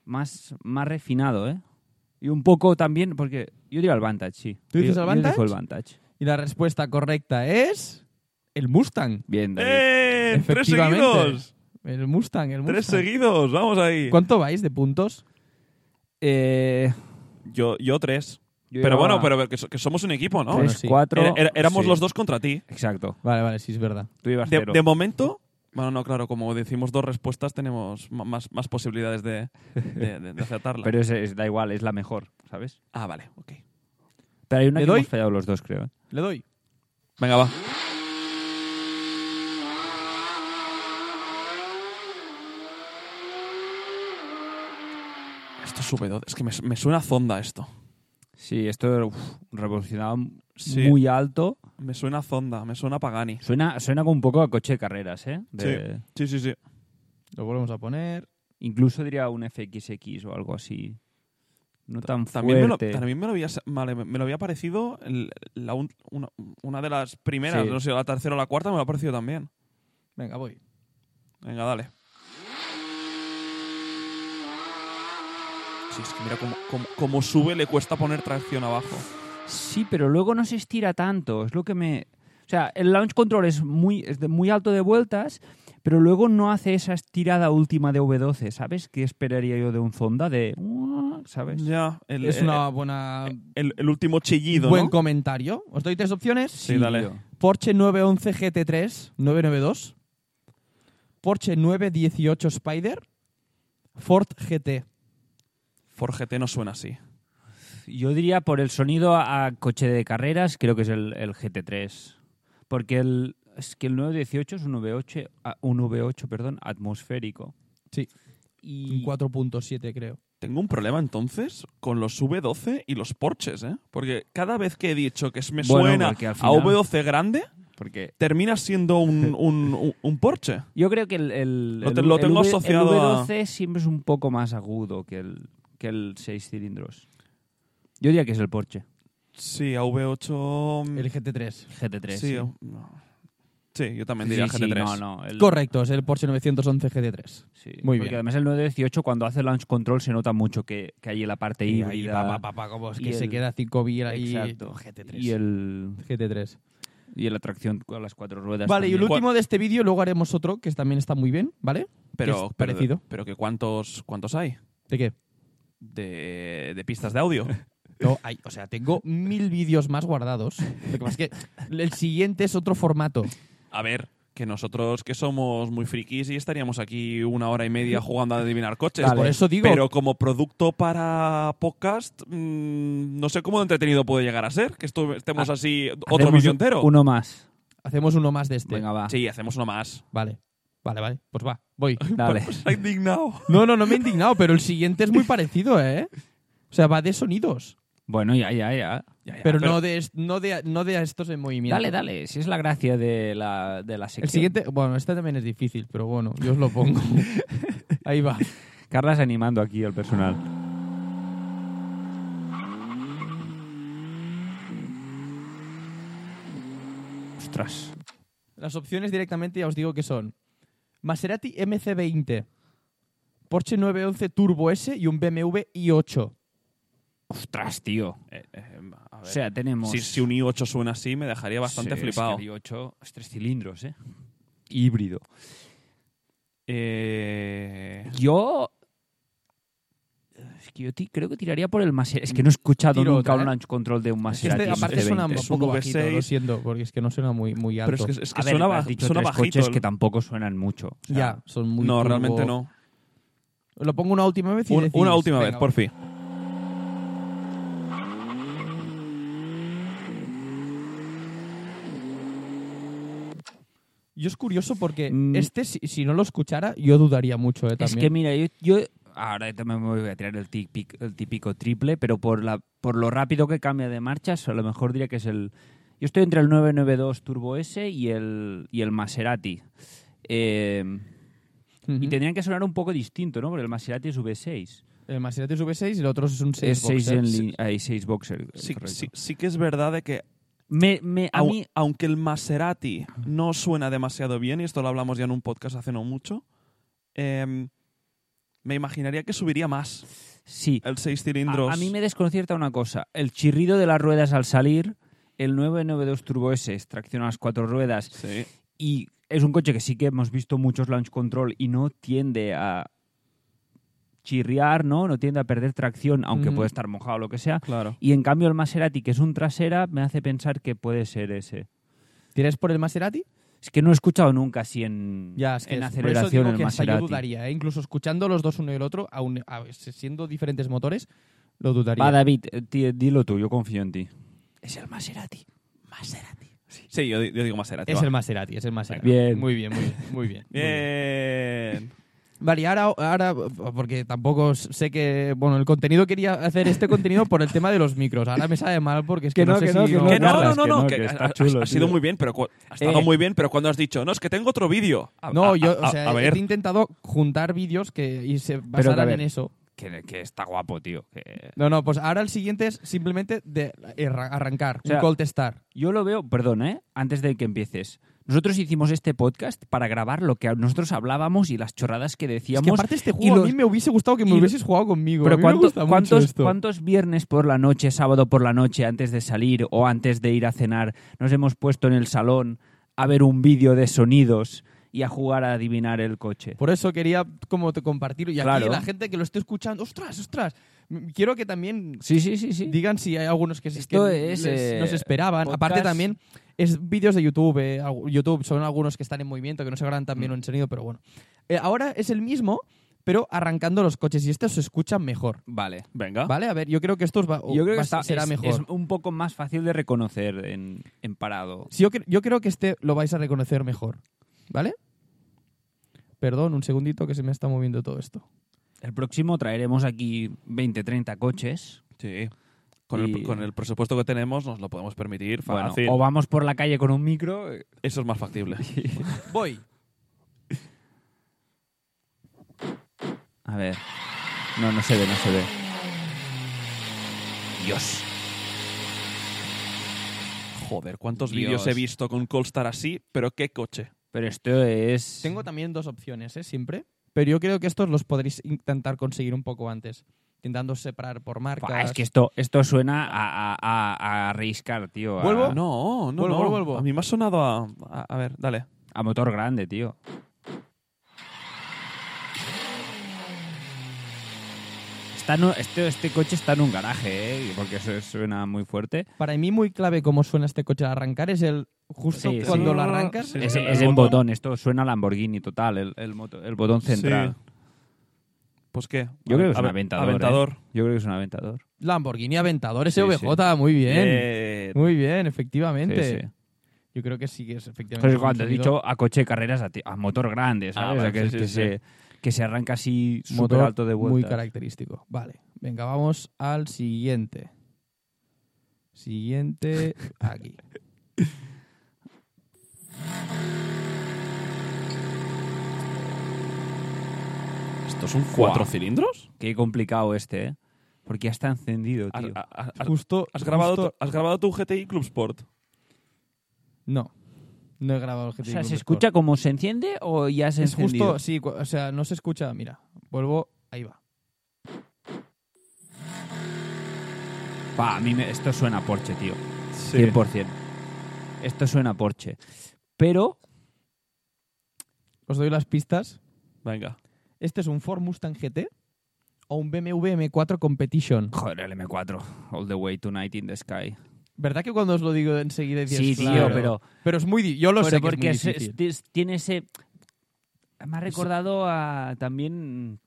C: más más refinado, ¿eh? Y un poco también porque yo diría el Vantage, sí.
B: ¿Tú dices
C: Yo-
B: el
C: yo digo
B: Vantage?
C: el Vantage.
B: Y la respuesta correcta es... El Mustang.
C: Bien, David.
A: ¡Eh! ¡Tres
B: Efectivamente.
A: seguidos!
B: El Mustang, el Mustang.
A: ¡Tres seguidos! ¡Vamos ahí!
B: ¿Cuánto vais de puntos?
C: Eh,
A: Yo, yo tres.
C: yo
A: pero bueno,
C: llevaba
A: pero que, so- que somos un equipo, ¿no?
C: tres,
B: Bueno, sí.
C: cuatro,
A: Era- era- éramos
C: sí.
A: los dos contra ti.
C: Exacto.
B: Vale, vale, sí, es verdad.
C: Tú ibas
A: De,
C: cero.
A: de momento, bueno, no, claro, como decimos dos respuestas, tenemos ma- más, más posibilidades de, de, de- de acertarla.
C: Pero es- es- da igual, es la mejor, ¿sabes?
A: Ah, vale, ok.
C: Pero hay una
B: ¿Le
C: que
B: doy?
C: hemos fallado los dos, creo. ¿eh?
B: Le doy.
A: Venga, va. Esto es V12. Es que me, su- me suena a Zonda esto.
C: Sí, esto uf, revolucionaba
A: Sí.
C: muy alto.
A: Me suena a Zonda, me suena a Pagani.
C: Suena, suena como un poco a coche de carreras, ¿eh? De-
A: Sí, sí, sí.
B: Lo volvemos a poner.
C: Incluso diría un FXX o algo así. No tan
A: También me, lo,
C: fuerte.
A: también me lo había, sa- vale, me lo había parecido el- la un- una, una de las primeras,
C: Sí.
A: no sé, la tercera o la cuarta me lo ha parecido también.
B: Venga, voy.
A: Venga, dale. Sí, es que mira cómo, cómo- cómo sube, le cuesta poner tracción abajo.
C: Sí, pero luego no se estira tanto. Es lo que me... O sea, el launch control es muy, es de muy alto de vueltas, pero luego no hace esa estirada última de V12, ¿sabes? ¿Qué esperaría yo de un Zonda? De... uh, ¿Sabes?
A: Ya, el,
B: es
A: el-
B: una buena...
A: el- el último chillido,
B: Buen
A: ¿no?
B: comentario. Os doy tres opciones.
A: Sí, dale.
C: tío.
B: Porsche 911 GT3 992, Porsche 918 Spider, Ford GT.
A: Forgete no suena así.
C: Yo diría por el sonido a, a coche de carreras, creo que es el, el GT3. Porque el, es que el 918 es un V8, ah, un V8 perdón, atmosférico.
B: Sí.
C: Y
B: Un 4.7 creo.
A: Tengo un problema entonces con los V12 y los Porches, ¿eh? Porque cada vez que he dicho que es- me
C: Bueno,
A: suena
C: porque al
A: a
C: final-
A: V12 grande,
C: porque
A: termina siendo un, un, un- un Porsche.
C: yo creo que el, el,
A: Lo
C: el-
A: te- lo
C: el
A: tengo
C: V- el
A: asociado a-
C: V12 siempre es un poco más agudo que el, que el 6 cilindros. Yo diría que es el Porsche
A: Sí, a V8... mm,
B: El GT3.
C: GT3.
A: sí,
C: sí.
A: o- no. Sí, yo también
C: Sí,
A: diría
C: sí,
A: GT3.
C: no, no, el-
B: Correcto, es el Porsche 911 GT3.
C: sí.
B: Muy
C: Porque
B: bien.
C: además el 918 cuando hace launch control se nota mucho que, que hay en la parte
B: Y
C: híbrida.
B: ahí va, va, va, va, como es
C: Y
B: que se
C: el-
B: queda 5 mil ahí.
C: Exacto.
B: GT3.
C: Y el,
B: GT3.
C: Y la tracción con las cuatro ruedas.
B: Vale, y el
C: también.
B: último de este vídeo, luego haremos otro que también está muy bien, ¿vale?
A: Pero,
B: es
A: pero-
B: parecido.
A: pero que ¿cuántos, cuántos hay?
B: ¿De qué?
A: de, de pistas de audio.
B: No, hay- o sea, tengo mil vídeos más guardados. Lo que pasa es que el siguiente es otro formato.
A: A ver, que nosotros que somos muy frikis y estaríamos aquí una hora y media jugando a adivinar coches. pues,
B: Por eso digo,
A: Pero como producto para podcast, mm, no sé cómo de entretenido puede llegar a ser, que estu- estemos
C: Ah,
A: así
C: Hacemos
A: otro vídeo entero.
C: Uno más.
B: hacemos uno más de este.
C: Venga, va.
A: Sí, hacemos uno más.
B: Vale, vale, vale. Pues va, voy.
C: Dale.
A: Está indignado.
B: No, no, no me he indignado, pero el siguiente es muy parecido, ¿eh? O sea, va de sonidos,
C: Bueno, ya, ya, ya.
A: Ya, ya,
B: pero, no, de, est- no, de, no de estos en movimiento.
C: Ah, Dale, dale. Si es la gracia de la, de la sección.
B: El siguiente, bueno, este también es difícil, pero bueno, yo os lo pongo. Ahí va.
C: Carlas animando aquí al personal. Ostras.
B: Las opciones directamente ya os digo que son Maserati MC20, Porsche 911 Turbo S y un BMW i8.
C: Ostras, tío.
A: Eh, eh, a ver.
C: O sea, tenemos.
A: si, si un i8 suena así, me dejaría bastante
C: Sí, es
A: flipado.
C: que hay ocho- es tres cilindros, ¿eh? Híbrido.
A: Eh,
C: Yo. Es que yo ti- creo que tiraría por el Maserati. Es que no he escuchado
B: Tiro
C: nunca
B: otra,
C: un
B: ¿eh?
C: launch control de un
B: Es que
C: Maserati.
B: este aparte
C: MC20.
B: suena un
A: Es un
B: poco bajito,
A: V6.
B: lo siento, porque es que no suena muy, muy
A: pero es
B: alto.
A: que, es que
C: A ver,
A: suena,
C: has
A: ba-
C: dicho
A: suena
C: tres
A: bajito.
C: coches que tampoco suenan mucho. o sea,
B: ya, son muy
A: no,
B: turbo.
A: realmente no.
B: Lo pongo una última vez y
A: Un-
B: decís,
A: una última
B: venga,
A: vez, por fin.
B: Yo es curioso porque
C: Mm.
B: este, si, si no lo escuchara, yo dudaría mucho, ¿eh?
C: Es
B: También.
C: que mira, yo, yo- ahora también me voy a tirar el típico, el típico triple, pero por la por lo rápido que cambia de marchas, a lo mejor diría que es el yo estoy entre el 992 Turbo S y el y el Maserati. Eh,
B: Ujú.
C: Y tendrían que sonar un poco distinto, ¿no? Porque el Maserati es V6.
B: El Maserati es V6 y el otro es un 6.
C: Es 6 en
B: boxer.
C: lin- hay 6 boxer.
A: Sí,
C: correcto.
A: sí- sí que es verdad de que
C: Me, me, a
A: au-
C: mí,
A: aunque el Maserati no suena demasiado bien, y esto lo hablamos ya en un podcast hace no mucho, em, me imaginaría que subiría más
C: sí.
A: el 6
C: A-
A: cilindros.
C: A, mí me desconcierta una cosa. El chirrido de las ruedas al salir, el 992 Turbo S, tracción a las cuatro ruedas,
A: Sí.
C: y es un coche que sí que hemos visto muchos launch control y no tiende a chirriar, ¿no? No tiende a perder tracción, aunque
B: Ujú.
C: puede estar mojado o lo que sea.
A: Claro.
C: Y en cambio el Maserati, que es un trasera, me hace pensar que puede ser ese.
B: ¿Tiras por el Maserati?
C: Es que no he escuchado nunca así en,
B: Ya, es que
C: en
B: es-
C: aceleración
B: por eso digo
C: el
B: que hasta yo
C: Maserati.
B: dudaría, ¿eh? Incluso escuchando los dos uno y el otro, aun, a- siendo diferentes motores, lo dudaría.
C: Va, David, eh, ti- dilo tú, yo confío en ti. Es el Maserati. Maserati.
A: Sí, yo, di- yo digo Maserati.
B: es
A: va.
B: el Maserati, es el Maserati.
C: Bien.
B: Muy bien, muy bien, muy bien. muy bien.
A: Bien.
B: Vale, y ahora, ahora, porque tampoco sé que. Bueno, el contenido quería hacer este contenido por el tema de los micros. Ahora me sabe mal porque es que,
C: Que
B: no,
C: no,
B: sé
C: que
B: si.
C: no, que
A: Que no, no,
C: guardas,
A: no,
C: que
A: no,
C: no,
A: que
C: que
A: ha-
C: está
A: ha- ha-
C: chulo,
A: ha sido
C: tío.
A: muy bien, pero cu- ha estado
C: Eh.
A: muy bien, pero cuando has dicho, no, es que tengo otro vídeo. A-
B: No,
A: a-
B: yo,
A: a-
B: o sea, eh,
A: a ver.
B: he intentado juntar vídeos que y se
C: a
B: basaran
C: ver.
B: en eso.
C: Que, que está guapo, tío. que-
B: No, no, pues ahora el siguiente es simplemente de erra- arrancar,
C: O sea,
B: un cold start.
C: Yo lo veo, perdón, ¿eh? antes de que empieces. Nosotros hicimos este podcast para grabar lo que a- nosotros hablábamos y las chorradas que
B: Es
C: decíamos.
B: que aparte este juego
C: y los-
B: a mí me hubiese gustado que
C: y
B: me
C: lo-
B: hubieses jugado conmigo.
C: Pero
B: a mí
C: ¿cuánto-
B: me gusta mucho
C: ¿cuántos,
B: esto.
C: cuántos viernes por la noche, sábado por la noche, antes de salir o antes de ir a cenar, nos hemos puesto en el salón a ver un vídeo de sonidos y a jugar a adivinar el coche?
B: Por eso quería como te compartirlo. Y aquí
C: Claro.
B: la gente que lo esté escuchando, ostras, ostras. M- Quiero que también
C: Sí, sí, sí, sí.
B: digan si hay algunos que,
C: Esto
B: que
C: es,
B: les-
C: eh,
B: nos esperaban.
C: podcast.
B: Aparte también es vídeos de YouTube. eh, algu- YouTube son algunos que están en movimiento, que no se graban tan bien en sonido, pero bueno. Eh, ahora es el mismo, pero arrancando los coches y estos se escuchan mejor.
C: Vale.
A: Venga.
B: ¿Vale? A ver, Ah. yo creo que estos va,
C: Yo creo
B: va-
C: que está-
B: será
C: es,
B: mejor.
C: es un poco más fácil de reconocer en, en parado.
B: Sí, yo, cre- yo creo que este lo vais a reconocer mejor. ¿Vale? Perdón, un segundito que se me está moviendo todo esto.
C: El próximo traeremos aquí 20, 30 coches.
A: Sí. Con,
C: Y-
A: el, con el presupuesto que tenemos nos lo podemos permitir
C: Bueno,
A: fácil.
C: o vamos por la calle con un micro. eh,
A: Eso es más factible.
B: Voy.
C: A ver. No, no se ve, no se ve. Dios.
A: Joder, cuántos
C: Dios.
A: vídeos he visto con Colstar así, pero qué coche.
C: Pero esto es.
B: Tengo también dos opciones, ¿eh? Siempre. Pero yo creo que estos los podréis intentar conseguir un poco antes. Intentando separar por marcas.
C: Buah, es que esto, esto suena a, a, a- a arriscar, tío. a-
B: ¿Vuelvo?
A: No, no, no.
B: Vuelvo, vuelvo, vuelvo.
A: A mí me ha sonado a, a... a ver, dale.
C: A motor grande, tío. Está en un- este, este coche está en un garaje, ¿eh? porque eso suena muy fuerte.
B: Para mí muy clave cómo suena este coche al arrancar es el... Justo
C: Sí, sí.
B: cuando lo arrancas.
A: Sí,
C: es
A: sí,
C: es
A: el
C: en
A: botón.
C: botón, esto suena a Lamborghini total, el, el moto- el botón central.
A: Sí. Pues qué.
C: Yo creo que es
A: Ave-
C: un aventador. ¿eh?
A: Aventador.
C: Yo creo que es un aventador.
B: Lamborghini Aventador
C: Sí, Eh.
B: SVJ, muy ¿eh? bien.
A: Bien.
B: Muy bien,
C: Sí,
B: efectivamente.
C: sí.
B: Yo creo que sí que es efectivamente.
C: Entonces,
B: un
C: cuando he
B: sonido-
C: dicho a coche de carreras, a, ti- a motor grande,
A: Ah,
C: ¿sabes?
A: vale,
C: Aquel
A: sí,
C: que,
A: sí,
C: se, que se arranca así
B: motor
C: motor alto de
B: muy
C: vuelta.
B: característico. Vale, venga, vamos al siguiente. Siguiente, aquí.
A: ¿Esto son cuatro
C: Guau.
A: cilindros?
C: Qué complicado este, ¿eh? Porque ya está encendido,
A: Has,
C: tío.
A: has- has-
B: Justo,
A: has grabado,
B: justo-
A: tu, has grabado tu GTI Club Sport.
B: No, no he grabado el GT.
C: o sea, ¿se escucha como se enciende o ya se ha
B: Es
C: encendido?
B: justo, sí, cu- o sea, no se escucha. Mira, vuelvo, ahí va.
C: Pa, a mí me- esto suena a Porsche, tío.
A: Sí.
B: pues,
C: 100%. Esto suena a Porsche. Pero,
B: Os doy las pistas.
A: Venga.
B: Este es un Ford Mustang GT o un BMW M4 Competition.
C: joder, el M4. All the way tonight in the sky.
B: ¿Verdad que cuando os lo digo enseguida dices,
C: Sí, tío,
B: "Claro"?
C: pero...
B: Pero es muy... di- Yo lo
C: pero
B: sé que es
C: porque
B: muy
C: es-
B: difícil.
C: es- tiene ese... Me ha recordado a también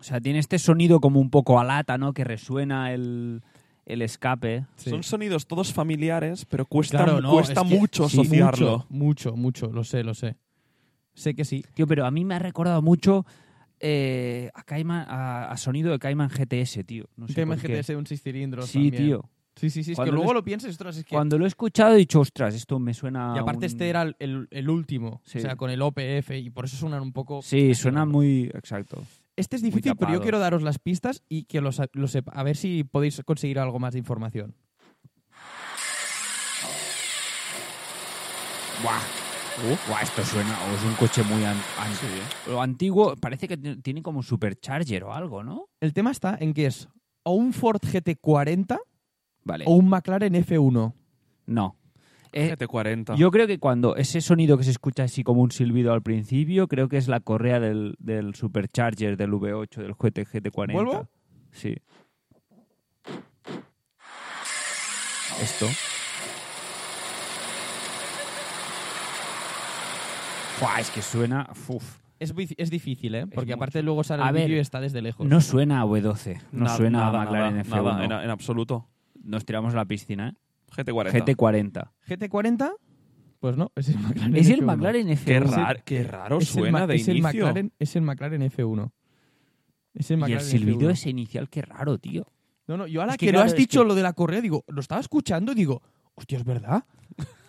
C: O sea, tiene este sonido como un poco a lata, ¿no? Que resuena el, el escape.
B: Sí.
A: Son sonidos todos familiares, pero cuesta,
B: Claro, no,
A: cuesta
B: es que-
A: mucho
B: sí,
A: asociarlo.
B: Mucho, mucho, mucho, lo sé, lo sé. Sé que sí.
C: Tío, pero a mí me ha recordado mucho eh, a, Cayman- a, a sonido de Cayman GTS, tío. No sé
B: Tema
C: por qué.
B: GTS de un 6 cilindros.
C: Sí,
B: también.
C: tío.
B: Sí, sí, sí. Es que
C: Cuando
B: luego
C: lo-
B: lo piensas, ostras, es que.
C: Cuando lo he escuchado he dicho, ostras, esto me suena.
B: Y aparte,
C: a un-
B: este era el- el, el último.
C: Sí.
B: O sea, con el OPF y por eso suenan un poco.
C: Sí, suena muy. Exacto.
B: Este es
C: muy
B: difícil, pero yo
C: tapados.
B: quiero daros las pistas y que lo, sa- lo sepa. A ver si podéis conseguir algo más de información.
C: Buah. Buah, esto suena. o es un coche muy an- an- lo antiguo. Parece que t- tiene como supercharger o algo, ¿no?
B: El tema está en que es o un Ford GT40
C: Vale.
B: o un McLaren F1.
C: No. Eh,
A: GT40.
C: yo creo que cuando ese sonido que se escucha así como un silbido al principio, creo que es la correa del, del supercharger del V8, del GT GT40.
B: ¿Vuelvo?
C: Sí. Esto. Buah, es que suena. uf.
B: Es, muy- es difícil, ¿eh? Porque
C: mucho.
B: aparte luego sale
C: A
B: el
C: ver,
B: vídeo y está desde lejos.
C: No suena a V12, no
A: Na-
C: suena
A: nada,
C: a McLaren
A: nada,
C: F1.
A: nada, en, en absoluto.
C: Nos tiramos a la piscina, ¿eh?
A: GT40.
C: GT40.
B: ¿GT40? Pues no, es el McLaren
C: Es el
B: F1.
C: McLaren F1.
A: Qué, rar- qué raro
B: Es el
A: suena
B: Ma-
A: de
B: es el
A: inicio.
B: McLaren, es el McLaren F1. Es el
C: Y el
B: McLaren
C: silbido
B: F1.
C: ese inicial, qué raro, tío.
B: No, no, yo ahora
C: Es que
B: que, lo
C: claro,
B: has
C: es
B: dicho
C: que-
B: lo de la correa, digo, lo estaba escuchando y digo, hostia, es verdad.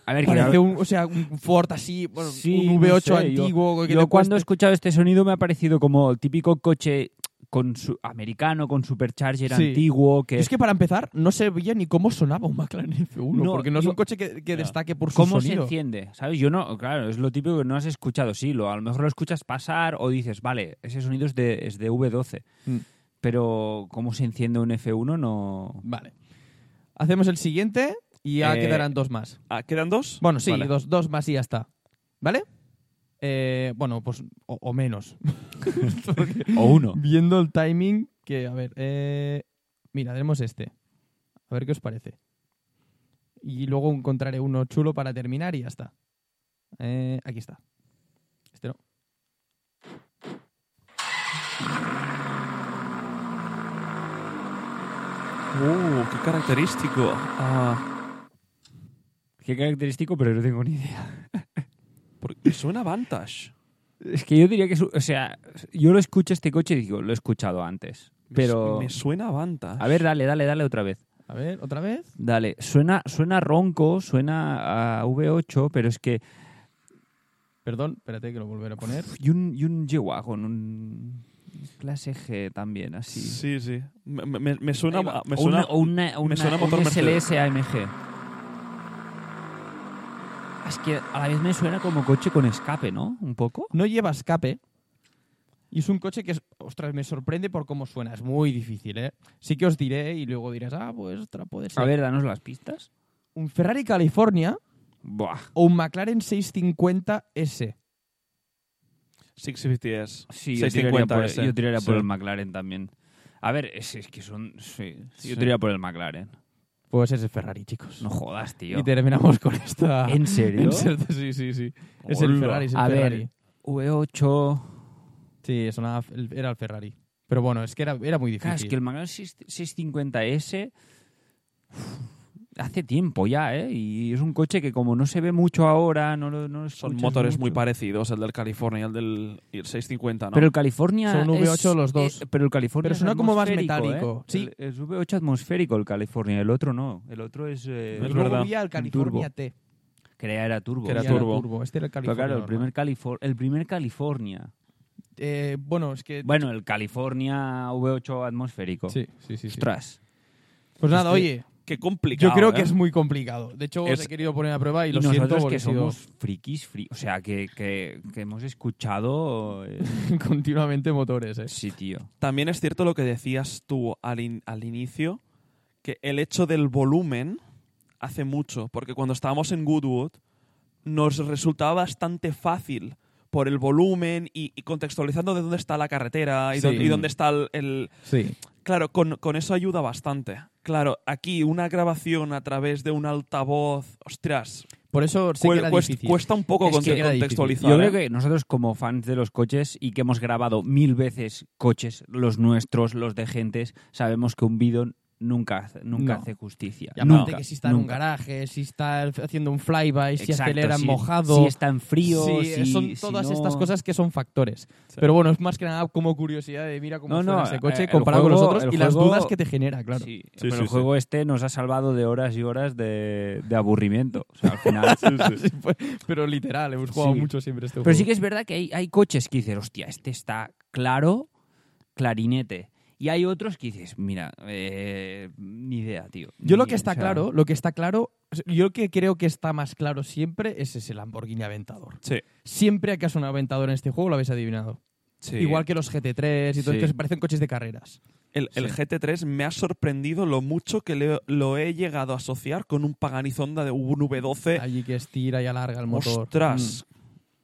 C: A ver,
B: Parece un, o sea, un Ford así, bueno,
C: Sí,
B: un
C: no
B: V8
C: sé, yo-
B: antiguo. que
C: Yo
B: te
C: cuando he
B: cueste.
C: escuchado este sonido me ha parecido como el típico coche con su, americano, con supercharger
B: Sí.
C: antiguo, que
B: Es que para empezar, no se veía ni cómo sonaba un McLaren F1,
C: No,
B: porque no es
C: yo-
B: un coche que, que
A: Ya.
B: destaque por su
C: cómo se
B: sonido.
C: enciende, ¿sabes? Yo no, claro, es lo típico que no has escuchado, sí, lo, a lo mejor lo escuchas pasar o dices, vale, ese sonido es de, es de V12,
B: Mm.
C: pero cómo se enciende un F1 no...
B: Vale. Hacemos el siguiente y ya
A: Eh,
B: quedarán dos más.
A: Ah, ¿Quedan dos?
B: Bueno, sí,
A: Vale.
B: dos, dos más y ya está. ¿Vale? Eh, bueno, pues, o, o menos. Porque
C: O uno.
B: Viendo el timing, que, a ver, eh, mira, tenemos este. A ver qué os parece. Y luego encontraré uno chulo para terminar y ya está. Eh, aquí está. Este no.
A: Uh, qué característico. Ah,
C: Qué característico, pero no tengo ni idea.
A: porque suena Vantage.
C: Es que yo diría que, es, o sea, yo lo escucho este coche y digo, lo he escuchado antes, pero...
A: Me suena Vantage.
B: Ah,
C: A ver, dale, dale, dale otra vez.
B: A ver, otra vez.
C: Dale, suena, suena ronco, suena a V8, pero es que.
B: Perdón, espérate que lo volveré a poner.
C: Y un, y un G-Wagon, un clase G también, así.
A: Sí, sí. Me, me- me suena...
C: Ahí va.
A: Me
C: o
A: suena
C: una, o una- una-
A: suena
C: un
A: motor Mercedes.
C: SLS AMG. Es que a la vez me suena como coche con escape, ¿no? Un poco.
B: No lleva escape. Y es un coche que, es, ostras, me sorprende por cómo suena. Es muy difícil, ¿eh? Sí que os diré y luego dirás, ah, pues, otra puede ser.
C: A ver, danos las pistas.
B: Un Ferrari California
C: Buah.
B: o un McLaren 650S.
A: 650S.
C: Sí, yo tiraría por,
A: 650S.
C: yo tiraría por
A: Sí.
C: el McLaren también. A ver, es, es que son. Sí,
A: Sí.
C: Yo tiraría por el McLaren.
B: Pues ese es Ferrari, chicos.
C: No jodas, tío.
B: y terminamos con esta.
C: ¿En serio?
B: En serio, sí, sí, sí. Es el
A: Hola.
B: Ferrari, es el
C: A ver.
B: Ferrari.
C: V8.
B: Sí, sonaba- era el Ferrari. Pero bueno, es que era, era muy difícil.
C: Claro, es que el McLaren 6- 650S uf, hace tiempo ya, ¿eh? Y es un coche que como no se ve mucho ahora, no lo no lo
A: Son
C: escuchas
A: motores muy
C: mucho.
A: parecidos, el del California y el del y el 650, ¿no?
C: Pero el California
B: Son
C: es-
B: V8 los dos.
C: eh, pero el California
B: Pero
C: es
B: suena como más
C: atmosférico,
B: metálico,
C: ¿eh?
B: sí.
C: El- es V8 atmosférico el California, el otro no. El otro es... eh,
A: No es
B: Luego
A: verdad.
B: había el California
C: Turbo.
B: T.
C: Crea era turbo.
A: Que era
B: Y
A: turbo.
B: Este era el
C: Pero
B: California.
C: claro, el
B: normal.
C: primer, Califor- el primer California.
B: Eh, bueno, es que.
C: Bueno, el California V8 atmosférico.
B: Sí, sí, sí. sí.
C: Ostras.
B: Pues nada,
A: Este-
B: oye,
A: Qué
B: yo
A: complicado.
B: creo
A: ¿eh?
B: que es muy complicado. De hecho, os
A: Es-
B: he querido poner a prueba y,
C: Y,
B: lo siento
C: nosotros
B: porque
C: que
B: he sido
C: somos frikis, fri- o sea, que, que- que hemos escuchado... eh,
B: continuamente motores, ¿eh?
C: Sí, tío.
A: También es cierto lo que decías tú al, in- al inicio, que el hecho del volumen hace mucho, porque cuando estábamos en Goodwood nos resultaba bastante fácil por el volumen y, y contextualizando de dónde está la carretera y,
B: Sí.
A: dónde, y dónde está el- el,
B: Sí.
A: Claro, con, con eso ayuda bastante. Claro, aquí una grabación a través de un altavoz, ostras,
B: Por eso sé
A: cue-
B: que era
A: cuest-
B: difícil.
A: cuesta un poco
B: Es que
A: conte-
B: era difícil.
A: contextualizar.
C: Yo
A: ¿eh?
C: creo que nosotros como fans de los coches y que hemos grabado mil veces coches, los nuestros, los de gentes, sabemos que un vídeo nunca, hace- nunca
B: No.
C: hace justicia.
B: Y aparte
C: nunca,
B: que si está en un
C: nunca.
B: garaje, si está haciendo un flyby, si
C: Exacto,
B: acelera
C: si-
B: mojado.
C: Si está en frío,
B: Sí,
C: si-
B: son
C: si
B: todas
C: no-
B: estas cosas que son factores.
A: Sí.
B: Pero bueno, es más que nada como curiosidad de mira cómo
C: No,
B: suena
C: no,
B: ese
C: eh,
B: coche
C: el
B: comparado
C: juego-
B: con los otros
C: el
B: y las
C: juego-
B: dudas que te genera, claro.
C: Sí,
A: Sí,
C: pero
A: sí,
C: el
A: sí.
C: juego este nos ha salvado de horas y horas de, de aburrimiento. O sea, al final.
B: Sí, fue- pero literal, hemos jugado
C: Sí.
B: mucho siempre este
C: Pero
B: juego.
C: sí que es verdad que hay, hay coches que dices, hostia, este está claro, clarinete. Y hay otros que dices, mira, eh, ni idea, tío.
B: Yo lo
C: Ni-
B: que está
C: o sea,
B: claro, lo que está claro, yo lo que creo que está más claro siempre es ese Lamborghini Aventador.
A: Sí,
B: Siempre que ha sonado Aventador en este juego lo habéis adivinado.
A: sí.
B: Igual que los GT3 y todo
C: Sí.
B: esto, se parecen coches de carreras.
A: el, el
C: sí.
A: GT3 me ha sorprendido lo mucho que le- lo he llegado a asociar con un Paganizonda de un
C: Eh.
A: V12.
B: Allí que estira y alarga el motor. Mm.
A: Ostras.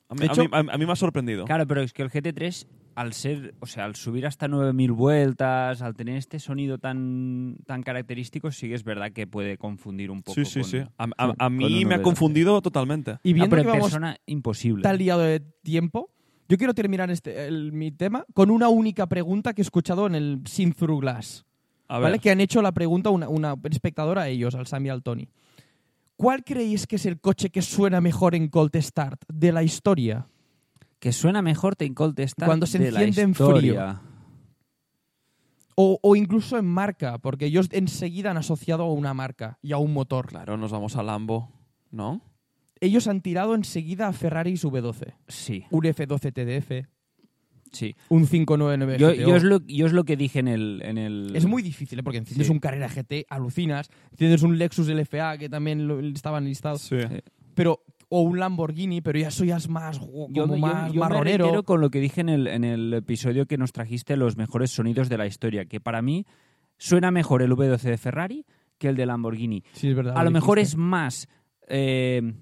A: A mí-
B: De
A: A,
B: hecho-
A: mí, a- a mí me ha sorprendido.
C: Claro, pero es que el GT3, al ser, o sea, al subir hasta 9000 vueltas, al tener este sonido tan, tan característico, sí que es verdad que puede confundir un poco.
A: Sí, sí,
C: con-
A: sí. A, a-
C: con-
A: a
C: con
A: mí
C: un
A: me ha
C: V12.
A: confundido totalmente.
B: Y
C: Ah,
B: viendo
C: pero
B: que
C: en
B: vamos
C: persona, imposible.
B: tan liado de tiempo, yo quiero terminar este, el- mi tema con una única pregunta que he escuchado en el Sin Through Glass.
A: A ver,
B: ¿Vale? Que han hecho la pregunta una, una espectadora a ellos, al Sam y al Tony. ¿Cuál creéis que es el coche que suena mejor en Cold Start de la historia?
C: Que suena mejor Te Contestar
B: Cuando se
C: de la
B: enciende en
C: historia.
B: O, o incluso en marca, porque ellos enseguida han asociado a una marca y a un motor.
A: claro, nos vamos a Lambo, ¿no?
B: Ellos han tirado enseguida a Ferraris V12,
C: Sí,
B: un F12 TDF,
C: sí.
B: un 599
C: Yo,
B: GTO.
C: yo es lo, yo es lo que dije en el... En el
A: Mm.
B: Es muy difícil, ¿eh? porque enciendes
C: Sí.
B: un Carrera GT, alucinas, enciendes un Lexus LFA, que también lo- estaban listados,
A: Sí.
B: pero, o un Lamborghini, pero ya eso ya es más, jo- como
C: Yo me- yo-
B: más
C: yo me
B: marronero.
C: reitero con lo que dije en el, en el episodio que nos trajiste los mejores sonidos de la historia, que para mí suena mejor el V12 de Ferrari que el de Lamborghini.
B: Sí, es verdad.
C: A lo mejor es
B: dijiste.
C: más eh,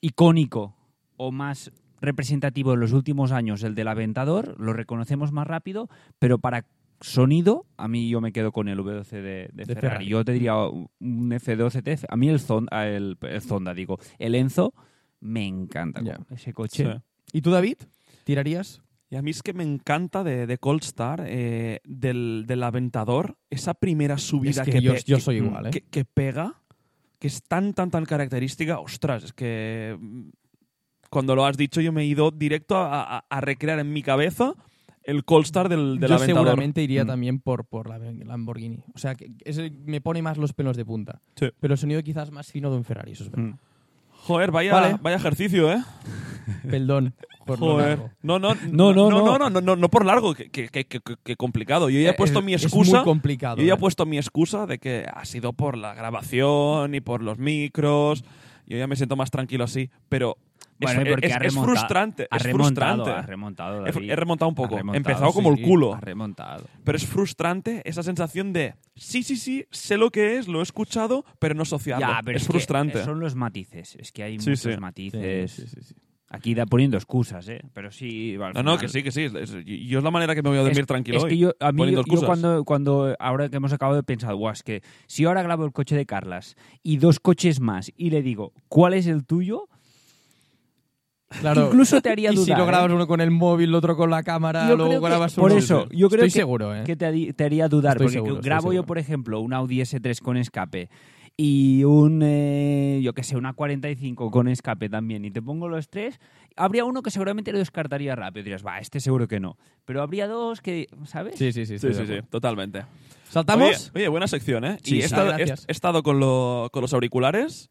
C: icónico o más representativo en los últimos años el del Aventador, lo reconocemos más rápido, pero para sonido, a mí yo me quedo con el V12 de, de Ferrari.
B: Ferrari.
C: Yo te diría un F12 TF. A mí el Zonda, el, el Zonda, digo, el Enzo, me encanta
B: Ya.
C: ese coche.
A: sí.
B: ¿Y tú, David? ¿Tirarías?
A: Y a mí es que me encanta de, de Cold Star, eh, del, del Aventador, esa primera subida
B: Es que
A: que,
B: yo,
A: pe- que-
B: yo
A: mm,
B: soy igual, ¿eh?
A: que- que pega, que es tan, tan, tan característica. Ostras, es que mm, cuando lo has dicho yo me he ido directo a, a- a recrear en mi cabeza el Cold Star del, del
B: yo
A: Aventador.
B: seguramente iría
C: Mm.
B: también por, por la Lamborghini. O sea, que es el- me pone más los pelos de punta.
A: Sí.
B: Pero el sonido quizás más fino de un Ferrari, eso es verdad.
C: Mm.
A: Joder, vaya,
B: Vale.
A: vaya ejercicio, ¿eh?
B: Perdón. por lo largo.
A: Joder. No, no,
C: No,
A: no,
C: no, no.
A: no, no, no, no por largo, que, que- que- que- que complicado. Yo ya he
B: Eh,
A: puesto
B: es-
A: mi
B: Es
A: excusa.
B: muy complicado.
A: Yo ya he
B: ¿eh?
A: puesto mi excusa de que ha sido por la grabación y por los micros. Yo ya me siento más tranquilo así, pero es-
C: Bueno,
A: es,
C: porque
A: es
C: ha remonta-
A: frustrante.
C: ha
A: es
C: remontado,
A: frustrante.
C: ha remontado,
A: He-
C: David.
A: he remontado un poco.
C: Ha
A: He
C: remontado,
A: empezado como el
C: sí,
A: culo.
C: Ha remontado.
A: Pero es frustrante esa sensación de sí, sí, sí, sé lo que es, lo he escuchado, pero no asociarlo.
C: Ya, pero
A: es,
C: es que
A: frustrante.
C: son los matices. Es que hay
A: Sí,
C: muchos
A: sí.
C: matices.
B: Sí, sí, sí, sí.
C: Aquí da poniendo excusas, ¿eh? Pero sí. al
A: No, no,
C: final-
A: que sí, que sí. es- es- yo es la manera que me voy a dormir
C: es,
A: tranquilo
C: es
A: hoy.
C: que yo, a mí,
A: poniendo
C: yo- yo
A: excusas.
C: cuando, cuando ahora que hemos acabado de pensar, guau, es que si ahora grabo el coche de Carlas y dos coches más y le digo, ¿cuál es el tuyo?
B: Claro.
C: Incluso te haría
B: y
C: dudar.
B: si lo
C: ¿eh?
B: grabas uno con el móvil, el otro con la cámara,
C: Yo
B: luego
C: creo que-
B: grabas
C: por
B: uno-
C: eso, yo creo
B: Estoy
C: que-
B: seguro, ¿eh?
C: que te, haría- te haría dudar.
B: Estoy
C: porque
B: seguro, estoy
C: grabo
B: seguro.
C: yo, por ejemplo, un Audi S3 con escape y un, eh, yo qué sé, una 45 con escape también, y te pongo los tres, habría uno que seguramente lo descartaría rápido. Dirías, va, este seguro que no. Pero habría dos que, ¿sabes?
B: Sí, sí, sí. estoy
A: Sí,
B: de
A: sí, sí,
B: acuerdo.
A: totalmente.
B: ¿Saltamos?
A: Oye, oye, buena sección, ¿eh?
B: Sí,
A: y he
B: sí.
A: estado, he-
B: Gracias.
A: he estado con, lo- con los auriculares